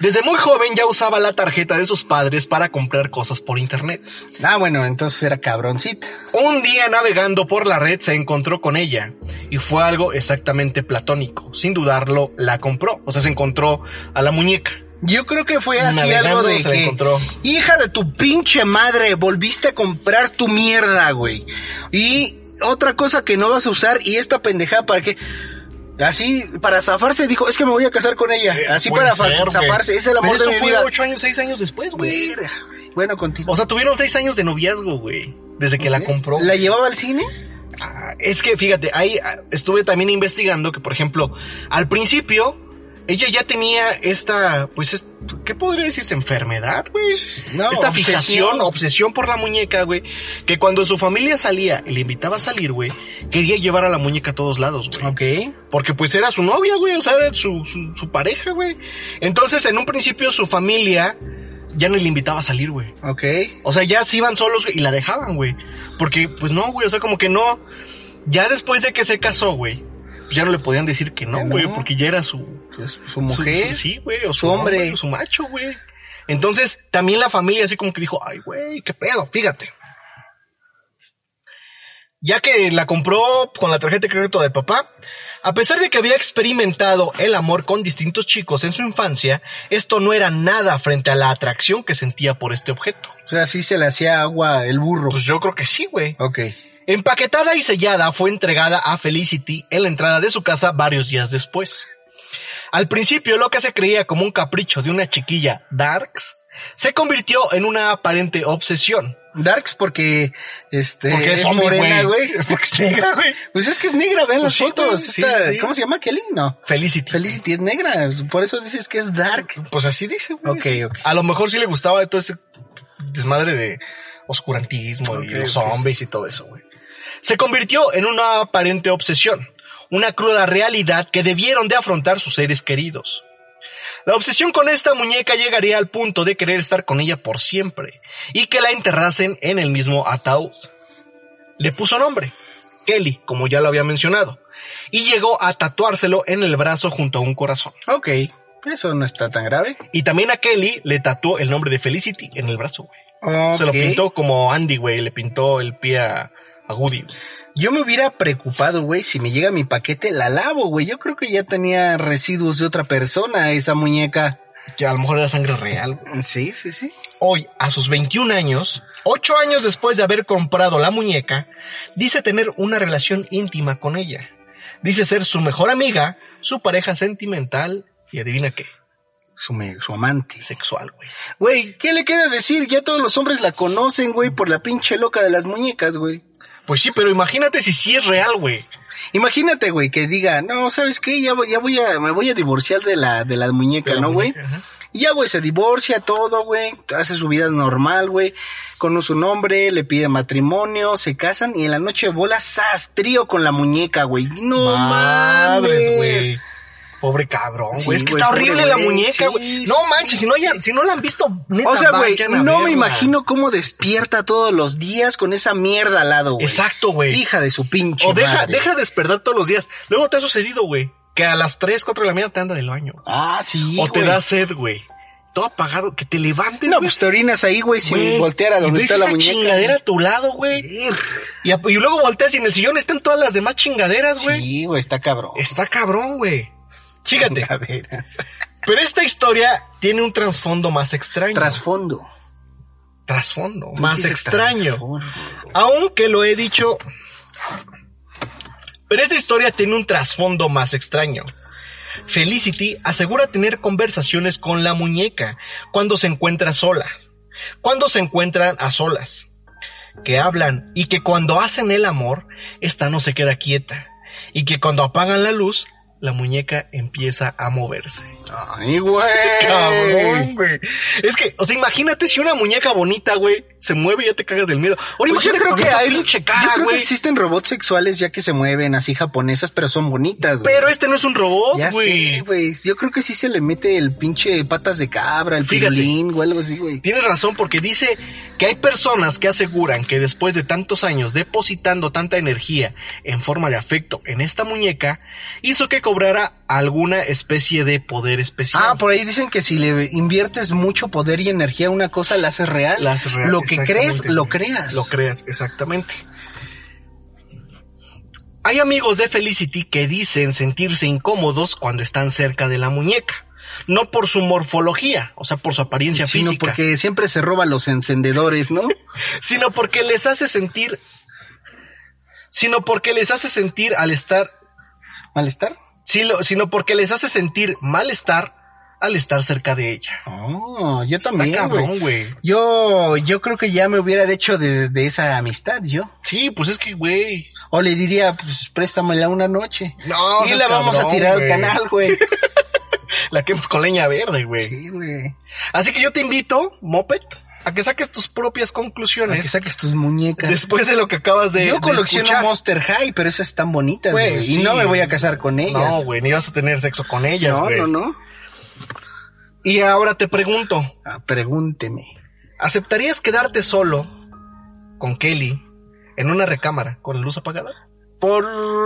[SPEAKER 1] Desde muy joven ya usaba la tarjeta de sus padres para comprar cosas por internet.
[SPEAKER 2] Ah, bueno, entonces era cabroncita.
[SPEAKER 1] Un día navegando por la red se encontró con ella y fue algo exactamente platónico. Sin dudarlo, la compró. O sea, se encontró a la muñeca.
[SPEAKER 2] Yo creo que fue así
[SPEAKER 1] Navegando
[SPEAKER 2] algo de
[SPEAKER 1] se la
[SPEAKER 2] que,
[SPEAKER 1] encontró.
[SPEAKER 2] hija de tu pinche madre, volviste a comprar tu mierda, güey. Y otra cosa que no vas a usar y esta pendejada para que así para zafarse dijo, es que me voy a casar con ella, así
[SPEAKER 1] Eh, Puede
[SPEAKER 2] para fa-
[SPEAKER 1] ser, güey.
[SPEAKER 2] zafarse, es el
[SPEAKER 1] Pero
[SPEAKER 2] amor
[SPEAKER 1] eso
[SPEAKER 2] de mi
[SPEAKER 1] fue
[SPEAKER 2] vida.
[SPEAKER 1] ocho años, seis años después, güey.
[SPEAKER 2] Verga, güey. Bueno, continúa.
[SPEAKER 1] O sea, tuvieron seis años de noviazgo, güey. Desde que ¿Eh? la compró.
[SPEAKER 2] ¿La llevaba al cine?
[SPEAKER 1] Ah, Es que, fíjate, ahí ah, estuve también investigando que, por ejemplo, al principio, ella ya tenía esta, pues, es- ¿qué podría decirse? Enfermedad, güey.
[SPEAKER 2] No,
[SPEAKER 1] esta
[SPEAKER 2] obsesión.
[SPEAKER 1] fijación, obsesión por la muñeca, güey. Que cuando su familia salía y le invitaba a salir, güey, quería llevar a la muñeca a todos lados, güey.
[SPEAKER 2] Ok.
[SPEAKER 1] Porque pues era su novia, güey, o sea, era su, su, su pareja, güey. Entonces, en un principio, su familia ya no le invitaba a salir, güey.
[SPEAKER 2] Ok.
[SPEAKER 1] O sea, ya se iban solos güey, y la dejaban, güey. Porque, pues no, güey, o sea, como que no. Ya después de que se casó, güey, pues ya no le podían decir que no,
[SPEAKER 2] Que no.
[SPEAKER 1] güey, porque ya era su...
[SPEAKER 2] Pues, su mujer.
[SPEAKER 1] su- su- sí, güey, o
[SPEAKER 2] su
[SPEAKER 1] su hombre.
[SPEAKER 2] hombre.
[SPEAKER 1] o su macho, güey. Entonces, también la familia así como que dijo, ay, güey, qué pedo, fíjate. Ya que la compró con la tarjeta de crédito de papá, a pesar de que había experimentado el amor con distintos chicos en su infancia, esto no era nada frente a la atracción que sentía por este objeto.
[SPEAKER 2] O sea, sí se le hacía agua el burro.
[SPEAKER 1] Pues yo creo que sí, güey.
[SPEAKER 2] Ok.
[SPEAKER 1] Empaquetada y sellada, fue entregada a Felicity en la entrada de su casa varios días después. Al principio, lo que se creía como un capricho de una chiquilla Darks se convirtió en una aparente obsesión.
[SPEAKER 2] Darks porque este
[SPEAKER 1] Porque es
[SPEAKER 2] es
[SPEAKER 1] zombie,
[SPEAKER 2] morena,
[SPEAKER 1] güey.
[SPEAKER 2] güey.
[SPEAKER 1] *laughs* Porque es negra, güey.
[SPEAKER 2] Pues es que es negra, vean las
[SPEAKER 1] sí, güey,
[SPEAKER 2] fotos.
[SPEAKER 1] sí,
[SPEAKER 2] Esta-
[SPEAKER 1] sí, sí.
[SPEAKER 2] ¿Cómo se llama Kelly? No.
[SPEAKER 1] Felicity.
[SPEAKER 2] Felicity es negra, por eso dices que es dark.
[SPEAKER 1] Pues así dice, güey.
[SPEAKER 2] Ok, ok.
[SPEAKER 1] A lo mejor sí le gustaba todo ese desmadre de oscurantismo
[SPEAKER 2] Ok,
[SPEAKER 1] y los
[SPEAKER 2] ok.
[SPEAKER 1] zombies y todo eso, güey. Se convirtió en una aparente obsesión, una cruda realidad que debieron de afrontar sus seres queridos. La obsesión con esta muñeca llegaría al punto de querer estar con ella por siempre y que la enterrasen en el mismo ataúd. Le puso nombre, Kelly, como ya lo había mencionado, y llegó a tatuárselo en el brazo junto a un corazón.
[SPEAKER 2] Ok, eso no está tan grave.
[SPEAKER 1] Y también a Kelly le tatuó el nombre de Felicity en el brazo, güey. Se lo
[SPEAKER 2] Ok.
[SPEAKER 1] pintó como Andy, güey. Le pintó el pie a, a Woody. güey.
[SPEAKER 2] Yo me hubiera preocupado, güey, si me llega mi paquete, la lavo, güey. Yo creo que ya tenía residuos de otra persona esa muñeca.
[SPEAKER 1] Que a lo mejor era sangre real. güey.
[SPEAKER 2] Sí, sí, sí.
[SPEAKER 1] Hoy, a sus 21 años, 8 años después de haber comprado la muñeca, dice tener una relación íntima con ella. Dice ser su mejor amiga, su pareja sentimental y adivina qué.
[SPEAKER 2] su, me- su amante.
[SPEAKER 1] Sexual, güey.
[SPEAKER 2] Güey, ¿qué le queda decir? Ya todos los hombres la conocen, güey, por la pinche loca de las muñecas, güey.
[SPEAKER 1] Pues sí, pero imagínate si sí es real, güey.
[SPEAKER 2] Imagínate, güey, que diga, no, ¿sabes qué? Ya, voy- ya voy a, me voy a divorciar de la, de la muñeca,
[SPEAKER 1] De la
[SPEAKER 2] ¿no, güey?
[SPEAKER 1] muñeca, ajá.
[SPEAKER 2] Y ya, güey, se divorcia todo, güey, hace su vida normal, güey, conoce un hombre, le pide matrimonio, se casan y en la noche de bola sastrío con la muñeca, güey. No mames, güey.
[SPEAKER 1] Pobre cabrón, güey.
[SPEAKER 2] Sí,
[SPEAKER 1] es que
[SPEAKER 2] güey,
[SPEAKER 1] está
[SPEAKER 2] pobre
[SPEAKER 1] horrible la
[SPEAKER 2] güey.
[SPEAKER 1] muñeca, güey.
[SPEAKER 2] Sí,
[SPEAKER 1] no
[SPEAKER 2] sí,
[SPEAKER 1] manches, si, no hayan- si no la han visto, neta,
[SPEAKER 2] O sea, güey,
[SPEAKER 1] vayan a
[SPEAKER 2] no
[SPEAKER 1] verla.
[SPEAKER 2] me imagino cómo despierta todos los días con esa mierda al lado, güey.
[SPEAKER 1] Exacto, güey.
[SPEAKER 2] Hija de su pinche
[SPEAKER 1] O deja,
[SPEAKER 2] madre.
[SPEAKER 1] deja despertar todos los días. Luego te ha sucedido, güey, que a las 3, 4 de la mañana te anda del baño.
[SPEAKER 2] Ah, sí,
[SPEAKER 1] o te
[SPEAKER 2] güey.
[SPEAKER 1] da sed, güey. Todo apagado, que te levantes,
[SPEAKER 2] No,
[SPEAKER 1] güey.
[SPEAKER 2] pues te orinas ahí, güey, sin
[SPEAKER 1] Güey,
[SPEAKER 2] voltear a
[SPEAKER 1] y
[SPEAKER 2] donde
[SPEAKER 1] ves
[SPEAKER 2] está la
[SPEAKER 1] esa
[SPEAKER 2] muñeca.
[SPEAKER 1] chingadera a tu lado, güey. Y, a- y luego volteas y en el sillón están todas las demás chingaderas, güey.
[SPEAKER 2] Sí, güey, está cabrón.
[SPEAKER 1] Está cabrón, güey. *laughs* Fíjate,
[SPEAKER 2] Caderas.
[SPEAKER 1] pero esta historia tiene un trasfondo más extraño.
[SPEAKER 2] Trasfondo.
[SPEAKER 1] trasfondo más
[SPEAKER 2] Dices
[SPEAKER 1] extraño.
[SPEAKER 2] trasfondo.
[SPEAKER 1] Aunque lo he dicho. Pero esta historia tiene un trasfondo más extraño. Felicity asegura tener conversaciones con la muñeca cuando se encuentra sola, cuando se encuentran a solas, que hablan y que cuando hacen el amor, esta no se queda quieta, y que cuando apagan la luz, la muñeca empieza a moverse.
[SPEAKER 2] Ay, güey.
[SPEAKER 1] Cabrón, güey. Es que, o sea, imagínate si una muñeca bonita, güey, se mueve y ya te cagas del miedo. Ahora,
[SPEAKER 2] Pues yo
[SPEAKER 1] imagínate
[SPEAKER 2] creo
[SPEAKER 1] con
[SPEAKER 2] que
[SPEAKER 1] esa
[SPEAKER 2] hay
[SPEAKER 1] pinche
[SPEAKER 2] yo
[SPEAKER 1] cara,
[SPEAKER 2] creo que
[SPEAKER 1] güey.
[SPEAKER 2] existen robots sexuales ya que se mueven así japonesas, pero son bonitas, güey.
[SPEAKER 1] Pero este no es un robot,
[SPEAKER 2] ya sé,
[SPEAKER 1] güey.
[SPEAKER 2] güey. Yo creo que sí se le mete el pinche patas de cabra, el
[SPEAKER 1] Fíjate.
[SPEAKER 2] pirulín o algo así, güey.
[SPEAKER 1] Tienes razón porque dice que hay personas que aseguran que después de tantos años depositando tanta energía en forma de afecto en esta muñeca, hizo que cobrara alguna especie de poder especial.
[SPEAKER 2] Ah, por ahí dicen que si le inviertes mucho poder y energía a una cosa, la haces real.
[SPEAKER 1] Las real-
[SPEAKER 2] Lo que
[SPEAKER 1] exactamente,
[SPEAKER 2] crees, lo
[SPEAKER 1] güey.
[SPEAKER 2] creas.
[SPEAKER 1] Lo creas, exactamente. Hay amigos de Felicity que dicen sentirse incómodos cuando están cerca de la muñeca. No por su morfología, o sea, por su apariencia
[SPEAKER 2] sino
[SPEAKER 1] física,
[SPEAKER 2] porque siempre se roba los encendedores, ¿no?
[SPEAKER 1] sino porque les hace sentir sino porque les hace sentir al estar
[SPEAKER 2] ¿Malestar?
[SPEAKER 1] sino, sino porque les hace sentir malestar al estar cerca de ella.
[SPEAKER 2] Oh, yo
[SPEAKER 1] Está
[SPEAKER 2] también, güey.
[SPEAKER 1] cabrón, güey.
[SPEAKER 2] Yo, yo creo que ya me hubiera hecho de, de esa amistad, yo.
[SPEAKER 1] Sí, pues es que güey.
[SPEAKER 2] O le diría, pues préstamela una noche.
[SPEAKER 1] No,
[SPEAKER 2] y
[SPEAKER 1] seas
[SPEAKER 2] la vamos
[SPEAKER 1] cabrón,
[SPEAKER 2] a tirar
[SPEAKER 1] güey.
[SPEAKER 2] al canal, güey.
[SPEAKER 1] La que con leña verde, güey.
[SPEAKER 2] sí, güey.
[SPEAKER 1] Así que yo te invito, Moped, a que saques tus propias
[SPEAKER 2] A que
[SPEAKER 1] conclusiones
[SPEAKER 2] saques tus muñecas.
[SPEAKER 1] después de lo que acabas de.
[SPEAKER 2] yo
[SPEAKER 1] de
[SPEAKER 2] colecciono
[SPEAKER 1] escuchar.
[SPEAKER 2] Monster High, pero esas están bonitas,
[SPEAKER 1] Güey,
[SPEAKER 2] güey.
[SPEAKER 1] sí.
[SPEAKER 2] Y no me voy a casar con ellas.
[SPEAKER 1] No, güey, ni vas a tener sexo con ellas,
[SPEAKER 2] No,
[SPEAKER 1] güey.
[SPEAKER 2] no, no.
[SPEAKER 1] Y ahora te pregunto,
[SPEAKER 2] Ah, pregúnteme.
[SPEAKER 1] ¿aceptarías quedarte solo con Kelly en una recámara con la luz apagada?
[SPEAKER 2] Por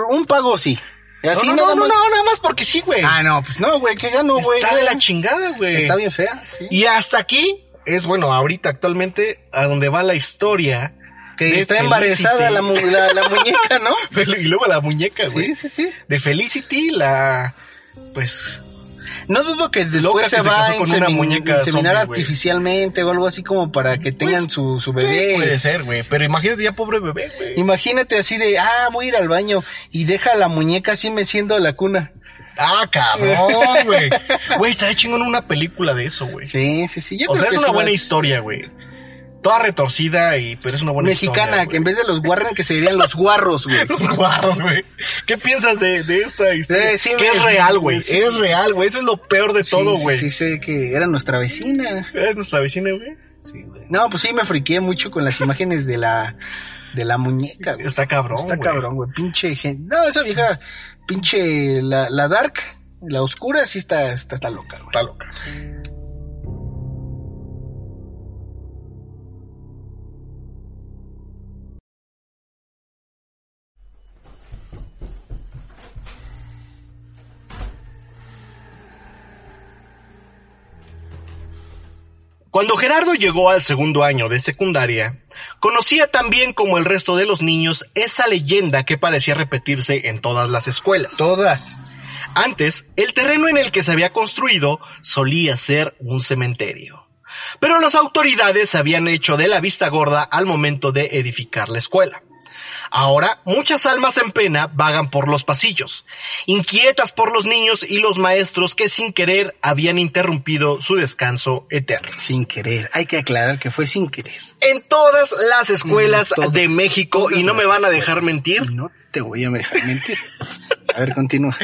[SPEAKER 2] un pago, sí. Así
[SPEAKER 1] no, no,
[SPEAKER 2] nada
[SPEAKER 1] no,
[SPEAKER 2] más.
[SPEAKER 1] no, nada más porque sí, güey.
[SPEAKER 2] Ah, no, pues no, güey, que gano,
[SPEAKER 1] Está
[SPEAKER 2] güey.
[SPEAKER 1] de la chingada, güey.
[SPEAKER 2] Está bien fea, sí.
[SPEAKER 1] Y hasta aquí es, bueno, ahorita actualmente a donde va la historia. *laughs*
[SPEAKER 2] que
[SPEAKER 1] de
[SPEAKER 2] está embarazada
[SPEAKER 1] Felicity.
[SPEAKER 2] la, mu- la, la
[SPEAKER 1] *laughs*
[SPEAKER 2] muñeca, ¿no?
[SPEAKER 1] Y luego la muñeca, güey.
[SPEAKER 2] sí, sí, sí.
[SPEAKER 1] de Felicity, la pues
[SPEAKER 2] No dudo que
[SPEAKER 1] Loca
[SPEAKER 2] después
[SPEAKER 1] que
[SPEAKER 2] se
[SPEAKER 1] se
[SPEAKER 2] va a
[SPEAKER 1] casó con una
[SPEAKER 2] insemin-
[SPEAKER 1] muñeca
[SPEAKER 2] inseminar
[SPEAKER 1] zombie, güey.
[SPEAKER 2] artificialmente o algo así como para que tengan
[SPEAKER 1] Pues,
[SPEAKER 2] su, su bebé.
[SPEAKER 1] puede ser, güey, pero imagínate ya pobre bebé, güey.
[SPEAKER 2] Imagínate así de, ah, voy a ir al baño y deja a la muñeca así meciendo la cuna.
[SPEAKER 1] Ah, cabrón,
[SPEAKER 2] *laughs*
[SPEAKER 1] güey. Güey, estaría chingón una película de eso, güey.
[SPEAKER 2] Sí, sí, sí. Yo
[SPEAKER 1] o sea,
[SPEAKER 2] creo
[SPEAKER 1] es
[SPEAKER 2] que
[SPEAKER 1] una
[SPEAKER 2] sí
[SPEAKER 1] buena
[SPEAKER 2] va-
[SPEAKER 1] historia, güey. Toda retorcida y pero es una buena
[SPEAKER 2] mexicana,
[SPEAKER 1] historia,
[SPEAKER 2] que en vez de los Warren, que se dirían los guarros, güey.
[SPEAKER 1] güey. Los guarros, güey. ¿Qué piensas de, de esta historia?
[SPEAKER 2] Eh, sí,
[SPEAKER 1] que
[SPEAKER 2] güey.
[SPEAKER 1] es real, güey.
[SPEAKER 2] Sí.
[SPEAKER 1] Es real, güey. Eso es lo peor de *laughs* todo,
[SPEAKER 2] Sí, sí,
[SPEAKER 1] güey.
[SPEAKER 2] Sí, sé que era nuestra vecina.
[SPEAKER 1] Es nuestra vecina, güey.
[SPEAKER 2] No, pues sí, me friqué mucho con las imágenes de la, de la muñeca, güey.
[SPEAKER 1] Está cabrón,
[SPEAKER 2] Está
[SPEAKER 1] güey.
[SPEAKER 2] cabrón, güey. Pinche gente. No, esa vieja, pinche la, la dark, la oscura, sí está, está, está loca, güey.
[SPEAKER 1] Está loca. Cuando Gerardo llegó al segundo año de secundaria, conocía también como el resto de los niños esa leyenda que parecía repetirse en todas las escuelas.
[SPEAKER 2] Todas.
[SPEAKER 1] Antes, el terreno en el que se había construido solía ser un cementerio. Pero las autoridades se habían hecho de la vista gorda al momento de edificar la escuela. Ahora, muchas almas en pena vagan por los pasillos, inquietas por los niños y los maestros que sin querer habían interrumpido su descanso eterno.
[SPEAKER 2] Sin querer, hay que aclarar que fue sin querer.
[SPEAKER 1] En todas las escuelas
[SPEAKER 2] Todas,
[SPEAKER 1] de México,
[SPEAKER 2] todas
[SPEAKER 1] y no me
[SPEAKER 2] las
[SPEAKER 1] van a dejar
[SPEAKER 2] escuelas.
[SPEAKER 1] mentir,
[SPEAKER 2] No te voy a dejar mentir. A ver, continúa.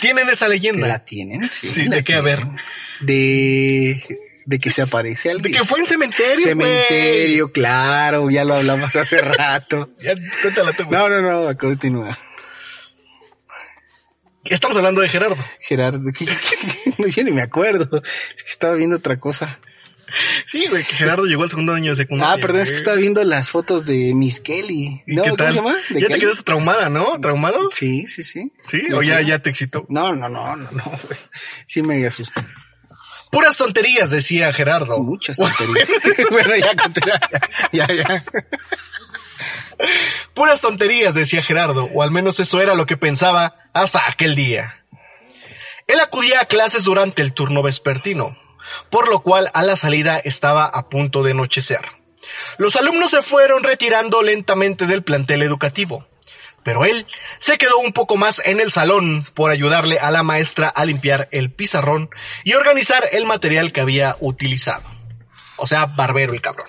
[SPEAKER 1] tienen esa leyenda.
[SPEAKER 2] ¿La tienen? Sí,
[SPEAKER 1] Sí,
[SPEAKER 2] la
[SPEAKER 1] ¿de qué? A ver.
[SPEAKER 2] tienen. De, de que se aparece
[SPEAKER 1] De
[SPEAKER 2] alguien.
[SPEAKER 1] que fue en cementerio,
[SPEAKER 2] Cementerio, claro, ya lo hablamos hace rato.
[SPEAKER 1] güey. Ya, cuéntala tú, güey.
[SPEAKER 2] No, no, no, continúa.
[SPEAKER 1] Estamos hablando de Gerardo.
[SPEAKER 2] Gerardo, *laughs* no, yo ni me acuerdo. Es que estaba viendo otra cosa.
[SPEAKER 1] Sí, güey, que Gerardo llegó al segundo año de secundaria.
[SPEAKER 2] Ah, perdón, es que
[SPEAKER 1] güey.
[SPEAKER 2] estaba viendo las fotos de Miss Kelly.
[SPEAKER 1] ¿Y
[SPEAKER 2] No,
[SPEAKER 1] qué
[SPEAKER 2] ¿Cómo
[SPEAKER 1] tal?
[SPEAKER 2] se llama? ¿De
[SPEAKER 1] ya te
[SPEAKER 2] Kelly?
[SPEAKER 1] quedaste traumada, ¿no? ¿Traumado? Sí.
[SPEAKER 2] Sí, sí, sí.
[SPEAKER 1] ¿O
[SPEAKER 2] ¿De
[SPEAKER 1] ya,
[SPEAKER 2] Kelly?
[SPEAKER 1] ya te excitó?
[SPEAKER 2] No, no, no, no, no, güey. Sí me asustó.
[SPEAKER 1] Puras tonterías, decía Gerardo. *laughs*
[SPEAKER 2] Muchas tonterías. *laughs* bueno, ya, continúa, ya, ya, ya.
[SPEAKER 1] Puras tonterías, decía Gerardo, o al menos eso era lo que pensaba hasta aquel día. Él acudía a clases durante el turno vespertino, por lo cual a la salida estaba a punto de anochecer. Los alumnos se fueron retirando lentamente del plantel educativo, pero él se quedó un poco más en el salón por ayudarle a la maestra a limpiar el pizarrón y organizar el material que había utilizado. O sea, barbero el cabrón.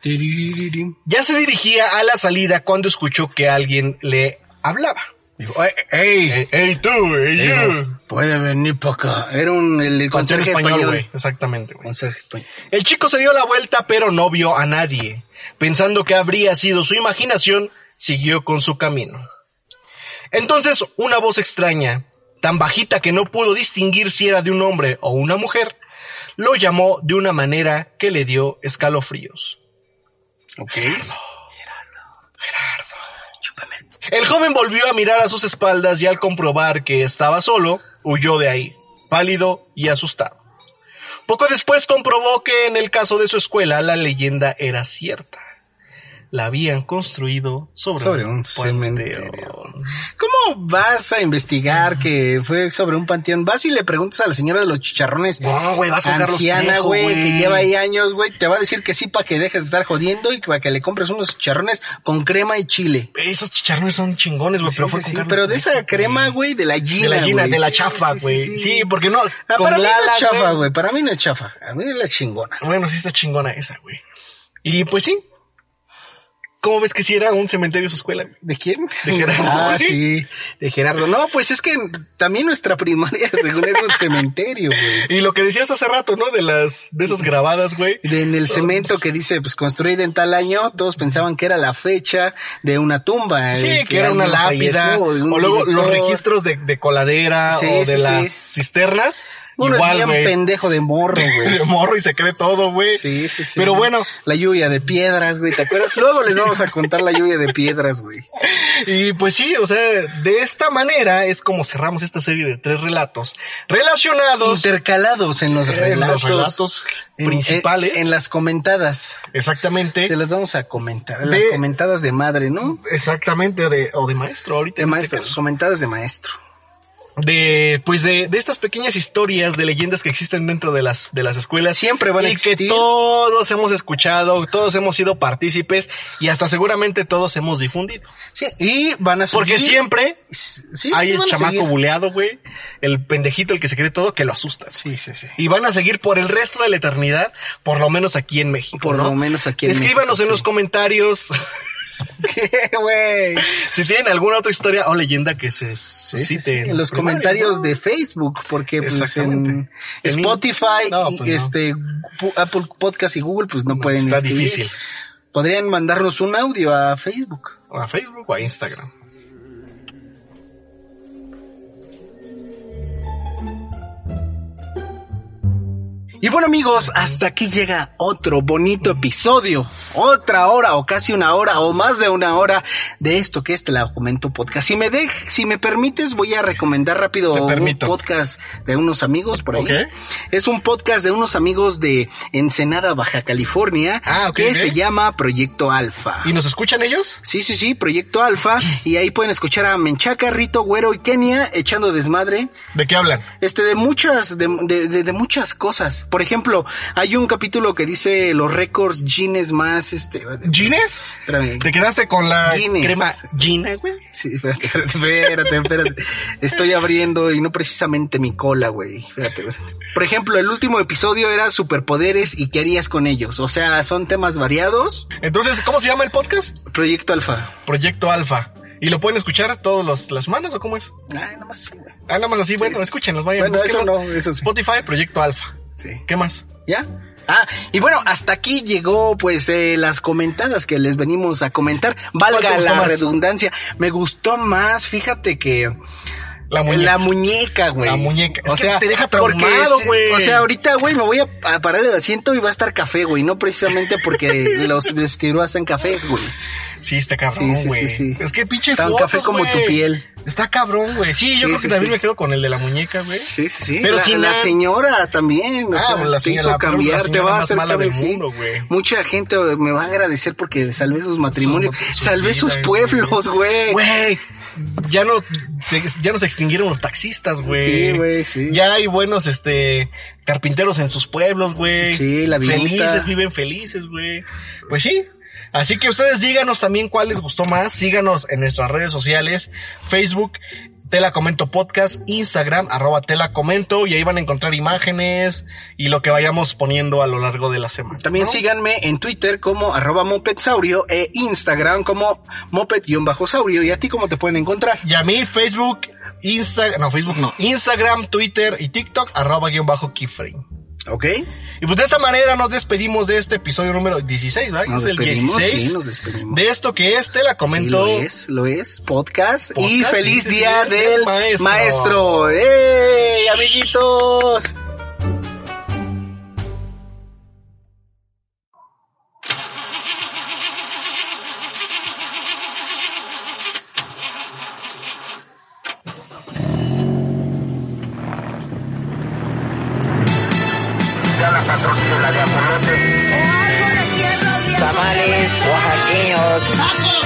[SPEAKER 2] Tiriririm.
[SPEAKER 1] Ya se dirigía a la salida cuando escuchó que alguien le hablaba. Dijo, "Ey, ¡Ey! ¡Ey tú! ¡Ey
[SPEAKER 2] Digo,
[SPEAKER 1] yo".
[SPEAKER 2] Puede venir para acá. Era un, el, el
[SPEAKER 1] Con ser
[SPEAKER 2] conserje
[SPEAKER 1] español,
[SPEAKER 2] español.
[SPEAKER 1] güey. Exactamente, güey.
[SPEAKER 2] Conserje español.
[SPEAKER 1] El chico se dio la vuelta, pero no vio a nadie. Pensando que habría sido su imaginación, siguió con su camino. Entonces, una voz extraña, tan bajita que no pudo distinguir si era de un hombre o una mujer, lo llamó de una manera que le dio escalofríos.
[SPEAKER 2] Ok.
[SPEAKER 1] El joven volvió a mirar a sus espaldas y al comprobar que estaba solo, huyó de ahí, pálido y asustado. Poco después comprobó que en el caso de su escuela la leyenda era cierta. La habían construido sobre,
[SPEAKER 2] Sobre un cementerio. ¿Cómo vas a investigar que fue sobre un panteón? Vas y le preguntas a la señora de los chicharrones.
[SPEAKER 1] No, güey, vas con Carlos
[SPEAKER 2] anciana,
[SPEAKER 1] Trejo,
[SPEAKER 2] güey,
[SPEAKER 1] güey.
[SPEAKER 2] que lleva ahí años, güey. Te va a decir que sí para que dejes de estar jodiendo y para que le compres unos chicharrones con crema y chile.
[SPEAKER 1] Esos chicharrones son chingones, güey,
[SPEAKER 2] Sí,
[SPEAKER 1] pero
[SPEAKER 2] sí,
[SPEAKER 1] fue con
[SPEAKER 2] sí,
[SPEAKER 1] Carlos
[SPEAKER 2] pero de
[SPEAKER 1] Trejo,
[SPEAKER 2] esa crema, güey, de la
[SPEAKER 1] De
[SPEAKER 2] gina.
[SPEAKER 1] la gina,
[SPEAKER 2] güey.
[SPEAKER 1] de la
[SPEAKER 2] Sí,
[SPEAKER 1] chafa,
[SPEAKER 2] sí, sí,
[SPEAKER 1] güey. Sí,
[SPEAKER 2] sí.
[SPEAKER 1] porque no.
[SPEAKER 2] Ah,
[SPEAKER 1] con
[SPEAKER 2] para mí no
[SPEAKER 1] Lala,
[SPEAKER 2] es chafa,
[SPEAKER 1] güey.
[SPEAKER 2] güey. Para mí no es chafa. A mí es la chingona.
[SPEAKER 1] Bueno, sí está chingona esa, güey. Y pues sí. ¿Cómo ves que si era un cementerio su escuela? güey?
[SPEAKER 2] ¿De quién?
[SPEAKER 1] De Gerardo.
[SPEAKER 2] Ah, sí, de Gerardo. No, pues es que también nuestra primaria, *laughs* según era un cementerio, güey.
[SPEAKER 1] Y lo que decías hace rato, ¿no? De las, de esas grabadas, güey.
[SPEAKER 2] De- en el cemento que dice, pues construida en tal año, todos pensaban que era la fecha de una tumba. eh,
[SPEAKER 1] Sí, que era una
[SPEAKER 2] alguien
[SPEAKER 1] lápida.
[SPEAKER 2] falleció, de un
[SPEAKER 1] o luego los
[SPEAKER 2] director.
[SPEAKER 1] registros de, de coladera
[SPEAKER 2] Sí,
[SPEAKER 1] o de
[SPEAKER 2] sí, sí.
[SPEAKER 1] las cisternas.
[SPEAKER 2] Uno es
[SPEAKER 1] igual,
[SPEAKER 2] bien
[SPEAKER 1] güey.
[SPEAKER 2] pendejo de morro,
[SPEAKER 1] *laughs*
[SPEAKER 2] güey.
[SPEAKER 1] De morro y se cree todo, güey.
[SPEAKER 2] Sí, sí, sí.
[SPEAKER 1] Pero bueno,
[SPEAKER 2] La lluvia de piedras, güey,
[SPEAKER 1] *laughs*
[SPEAKER 2] ¿te acuerdas? Luego les vamos a contar la lluvia de piedras, güey.
[SPEAKER 1] y pues sí, o sea, de esta manera es como cerramos esta serie de tres relatos relacionados.
[SPEAKER 2] Intercalados en los
[SPEAKER 1] eh,
[SPEAKER 2] relatos.
[SPEAKER 1] Los relatos
[SPEAKER 2] En-
[SPEAKER 1] principales.
[SPEAKER 2] en- en las comentadas.
[SPEAKER 1] exactamente.
[SPEAKER 2] Se las vamos a comentar.
[SPEAKER 1] De-
[SPEAKER 2] Las comentadas de madre, ¿no?
[SPEAKER 1] Exactamente, de, o de maestro ahorita.
[SPEAKER 2] De
[SPEAKER 1] en este
[SPEAKER 2] maestro.
[SPEAKER 1] caso.
[SPEAKER 2] comentadas de maestro.
[SPEAKER 1] de pues de, de estas pequeñas historias de leyendas que existen dentro de las de las escuelas
[SPEAKER 2] Siempre van a
[SPEAKER 1] y que
[SPEAKER 2] existir.
[SPEAKER 1] todos hemos escuchado todos hemos sido partícipes y hasta seguramente todos hemos difundido
[SPEAKER 2] Sí, y van a
[SPEAKER 1] porque siempre
[SPEAKER 2] siempre sí,
[SPEAKER 1] hay
[SPEAKER 2] sí
[SPEAKER 1] el
[SPEAKER 2] van a
[SPEAKER 1] chamaco
[SPEAKER 2] seguir.
[SPEAKER 1] buleado güey el pendejito el que se cree todo que lo asustas
[SPEAKER 2] Sí, sí, sí.
[SPEAKER 1] y van a seguir por el resto de la eternidad por lo menos aquí en México
[SPEAKER 2] Por
[SPEAKER 1] ¿no?
[SPEAKER 2] lo menos aquí en
[SPEAKER 1] escríbanos
[SPEAKER 2] México,
[SPEAKER 1] en los
[SPEAKER 2] sí.
[SPEAKER 1] comentarios *laughs*
[SPEAKER 2] ¿Qué, *laughs* güey?
[SPEAKER 1] si tienen alguna otra historia o leyenda que se suscite
[SPEAKER 2] Sí, sí, sí, en los
[SPEAKER 1] primaria,
[SPEAKER 2] comentarios
[SPEAKER 1] ¿no?
[SPEAKER 2] de Facebook, porque pues
[SPEAKER 1] Exactamente.
[SPEAKER 2] en
[SPEAKER 1] En-
[SPEAKER 2] Spotify,
[SPEAKER 1] No,
[SPEAKER 2] y,
[SPEAKER 1] pues, no.
[SPEAKER 2] este pu- Apple Podcast y Google, pues no, pueden
[SPEAKER 1] está
[SPEAKER 2] escribir.
[SPEAKER 1] difícil
[SPEAKER 2] Podrían mandarnos un audio a Facebook.
[SPEAKER 1] o a Facebook o a Instagram.
[SPEAKER 2] Y bueno amigos, hasta aquí llega otro bonito episodio, otra hora o casi una hora o más de una hora de esto que es el Comento Podcast. Si me dej, si me permites, voy a recomendar rápido
[SPEAKER 1] Te
[SPEAKER 2] un
[SPEAKER 1] permito.
[SPEAKER 2] podcast de unos amigos por ahí.
[SPEAKER 1] Ok.
[SPEAKER 2] Es un podcast de unos amigos de Ensenada, Baja California,
[SPEAKER 1] Ah, ok,
[SPEAKER 2] que
[SPEAKER 1] ok.
[SPEAKER 2] se llama Proyecto Alfa.
[SPEAKER 1] ¿Y nos escuchan ellos?
[SPEAKER 2] Sí, sí, sí, Proyecto Alfa. Y ahí pueden escuchar a Menchaca, Rito, Güero y Kenia echando desmadre.
[SPEAKER 1] ¿De qué hablan?
[SPEAKER 2] Este, de muchas, de, de- de- de muchas cosas. Por ejemplo, hay un capítulo que dice los récords jeans más este.
[SPEAKER 1] ¿Gines?
[SPEAKER 2] espérame.
[SPEAKER 1] ¿Te quedaste con la
[SPEAKER 2] Guinness.
[SPEAKER 1] crema Gina, güey?
[SPEAKER 2] Sí, espérate, espérate, espérate, espérate. Estoy abriendo y no precisamente mi cola, güey. Espérate, espérate. Por ejemplo, el último episodio era superpoderes y qué harías con ellos. O sea, son temas variados.
[SPEAKER 1] Entonces, ¿cómo se llama el podcast?
[SPEAKER 2] Proyecto Alfa.
[SPEAKER 1] Proyecto Alfa. ¿Y lo pueden escuchar todas las- las semanas o cómo es?
[SPEAKER 2] Ay, nomás. sí, güey.
[SPEAKER 1] Ah, nada más así, bueno,
[SPEAKER 2] sí.
[SPEAKER 1] escúchenos, vayan.
[SPEAKER 2] Bueno, eso
[SPEAKER 1] búsquenos.
[SPEAKER 2] no, eso sí.
[SPEAKER 1] Spotify, Proyecto Alfa.
[SPEAKER 2] Sí.
[SPEAKER 1] ¿Qué más?
[SPEAKER 2] ¿Ya? Ah, y bueno, hasta aquí llegó pues eh, las comentadas que les venimos a comentar.
[SPEAKER 1] ¿Cuál te
[SPEAKER 2] Valga
[SPEAKER 1] gustó
[SPEAKER 2] la
[SPEAKER 1] más?
[SPEAKER 2] redundancia. Me gustó más, fíjate que
[SPEAKER 1] La muñeca.
[SPEAKER 2] la muñeca, güey.
[SPEAKER 1] La muñeca. Es
[SPEAKER 2] o
[SPEAKER 1] que
[SPEAKER 2] sea,
[SPEAKER 1] te deja
[SPEAKER 2] porque
[SPEAKER 1] traumado,
[SPEAKER 2] es-
[SPEAKER 1] güey.
[SPEAKER 2] O sea, ahorita, güey, me voy a, a parar del asiento y va a estar café, güey. No precisamente
[SPEAKER 1] *laughs*
[SPEAKER 2] porque los vestidos hacen cafés, güey.
[SPEAKER 1] Sí, está cabrón,
[SPEAKER 2] Sí, sí,
[SPEAKER 1] güey.
[SPEAKER 2] sí, sí.
[SPEAKER 1] Es que pinche
[SPEAKER 2] Está un café como tu piel.
[SPEAKER 1] Está cabrón, güey. Sí, yo
[SPEAKER 2] Sí,
[SPEAKER 1] creo que
[SPEAKER 2] sí,
[SPEAKER 1] también
[SPEAKER 2] sí.
[SPEAKER 1] me quedo con el de la muñeca, güey.
[SPEAKER 2] Sí, sí, sí.
[SPEAKER 1] Pero
[SPEAKER 2] la,
[SPEAKER 1] sin
[SPEAKER 2] la
[SPEAKER 1] nada.
[SPEAKER 2] señora también, o
[SPEAKER 1] Ah,
[SPEAKER 2] sea,
[SPEAKER 1] pues la
[SPEAKER 2] te
[SPEAKER 1] señora-
[SPEAKER 2] hizo
[SPEAKER 1] la
[SPEAKER 2] cambiar, te
[SPEAKER 1] señora
[SPEAKER 2] va a
[SPEAKER 1] más
[SPEAKER 2] hacer
[SPEAKER 1] mala
[SPEAKER 2] cambiar,
[SPEAKER 1] del
[SPEAKER 2] sí.
[SPEAKER 1] mundo, güey.
[SPEAKER 2] Mucha gente eh, me va a agradecer porque salvé sus matrimonios,
[SPEAKER 1] Su- su
[SPEAKER 2] salvé
[SPEAKER 1] vida,
[SPEAKER 2] sus
[SPEAKER 1] güey.
[SPEAKER 2] pueblos, güey.
[SPEAKER 1] Güey, ya no se, ya nos extinguieron los taxistas, güey.
[SPEAKER 2] Sí, güey, sí.
[SPEAKER 1] Ya hay buenos este carpinteros en sus pueblos, güey.
[SPEAKER 2] Sí, la viruta.
[SPEAKER 1] Felices, viven felices, güey. Pues sí. Así que ustedes díganos también cuál les gustó más. Síganos en nuestras redes sociales, Facebook, Te la Comento Podcast, Instagram, arroba Te la Comento, y ahí van a encontrar imágenes y lo que vayamos poniendo a lo largo de la semana.
[SPEAKER 2] También
[SPEAKER 1] ¿no?
[SPEAKER 2] síganme en Twitter como arroba mopedsaurio e Instagram como moped-saurio. ¿Y a ti cómo te pueden encontrar?
[SPEAKER 1] Y a mí, Facebook, Instagram, no, Facebook no, Instagram, Twitter y TikTok, arroba guión bajo keyframe.
[SPEAKER 2] ¿Ok?
[SPEAKER 1] Y pues de esta manera nos despedimos de este episodio número 16, ¿verdad?
[SPEAKER 2] Nos
[SPEAKER 1] Es el
[SPEAKER 2] despedimos,
[SPEAKER 1] 16
[SPEAKER 2] sí, nos despedimos.
[SPEAKER 1] de esto que es, te la
[SPEAKER 2] Sí,
[SPEAKER 1] comento.
[SPEAKER 2] lo es, lo es, podcast, y
[SPEAKER 1] Podcast,
[SPEAKER 2] feliz
[SPEAKER 1] sí, sí,
[SPEAKER 2] día
[SPEAKER 1] sí,
[SPEAKER 2] del
[SPEAKER 1] maestro.
[SPEAKER 2] maestro. ¡Ey, amiguitos!
[SPEAKER 3] Tamales oaxaqueños.
[SPEAKER 4] ¡Tacos!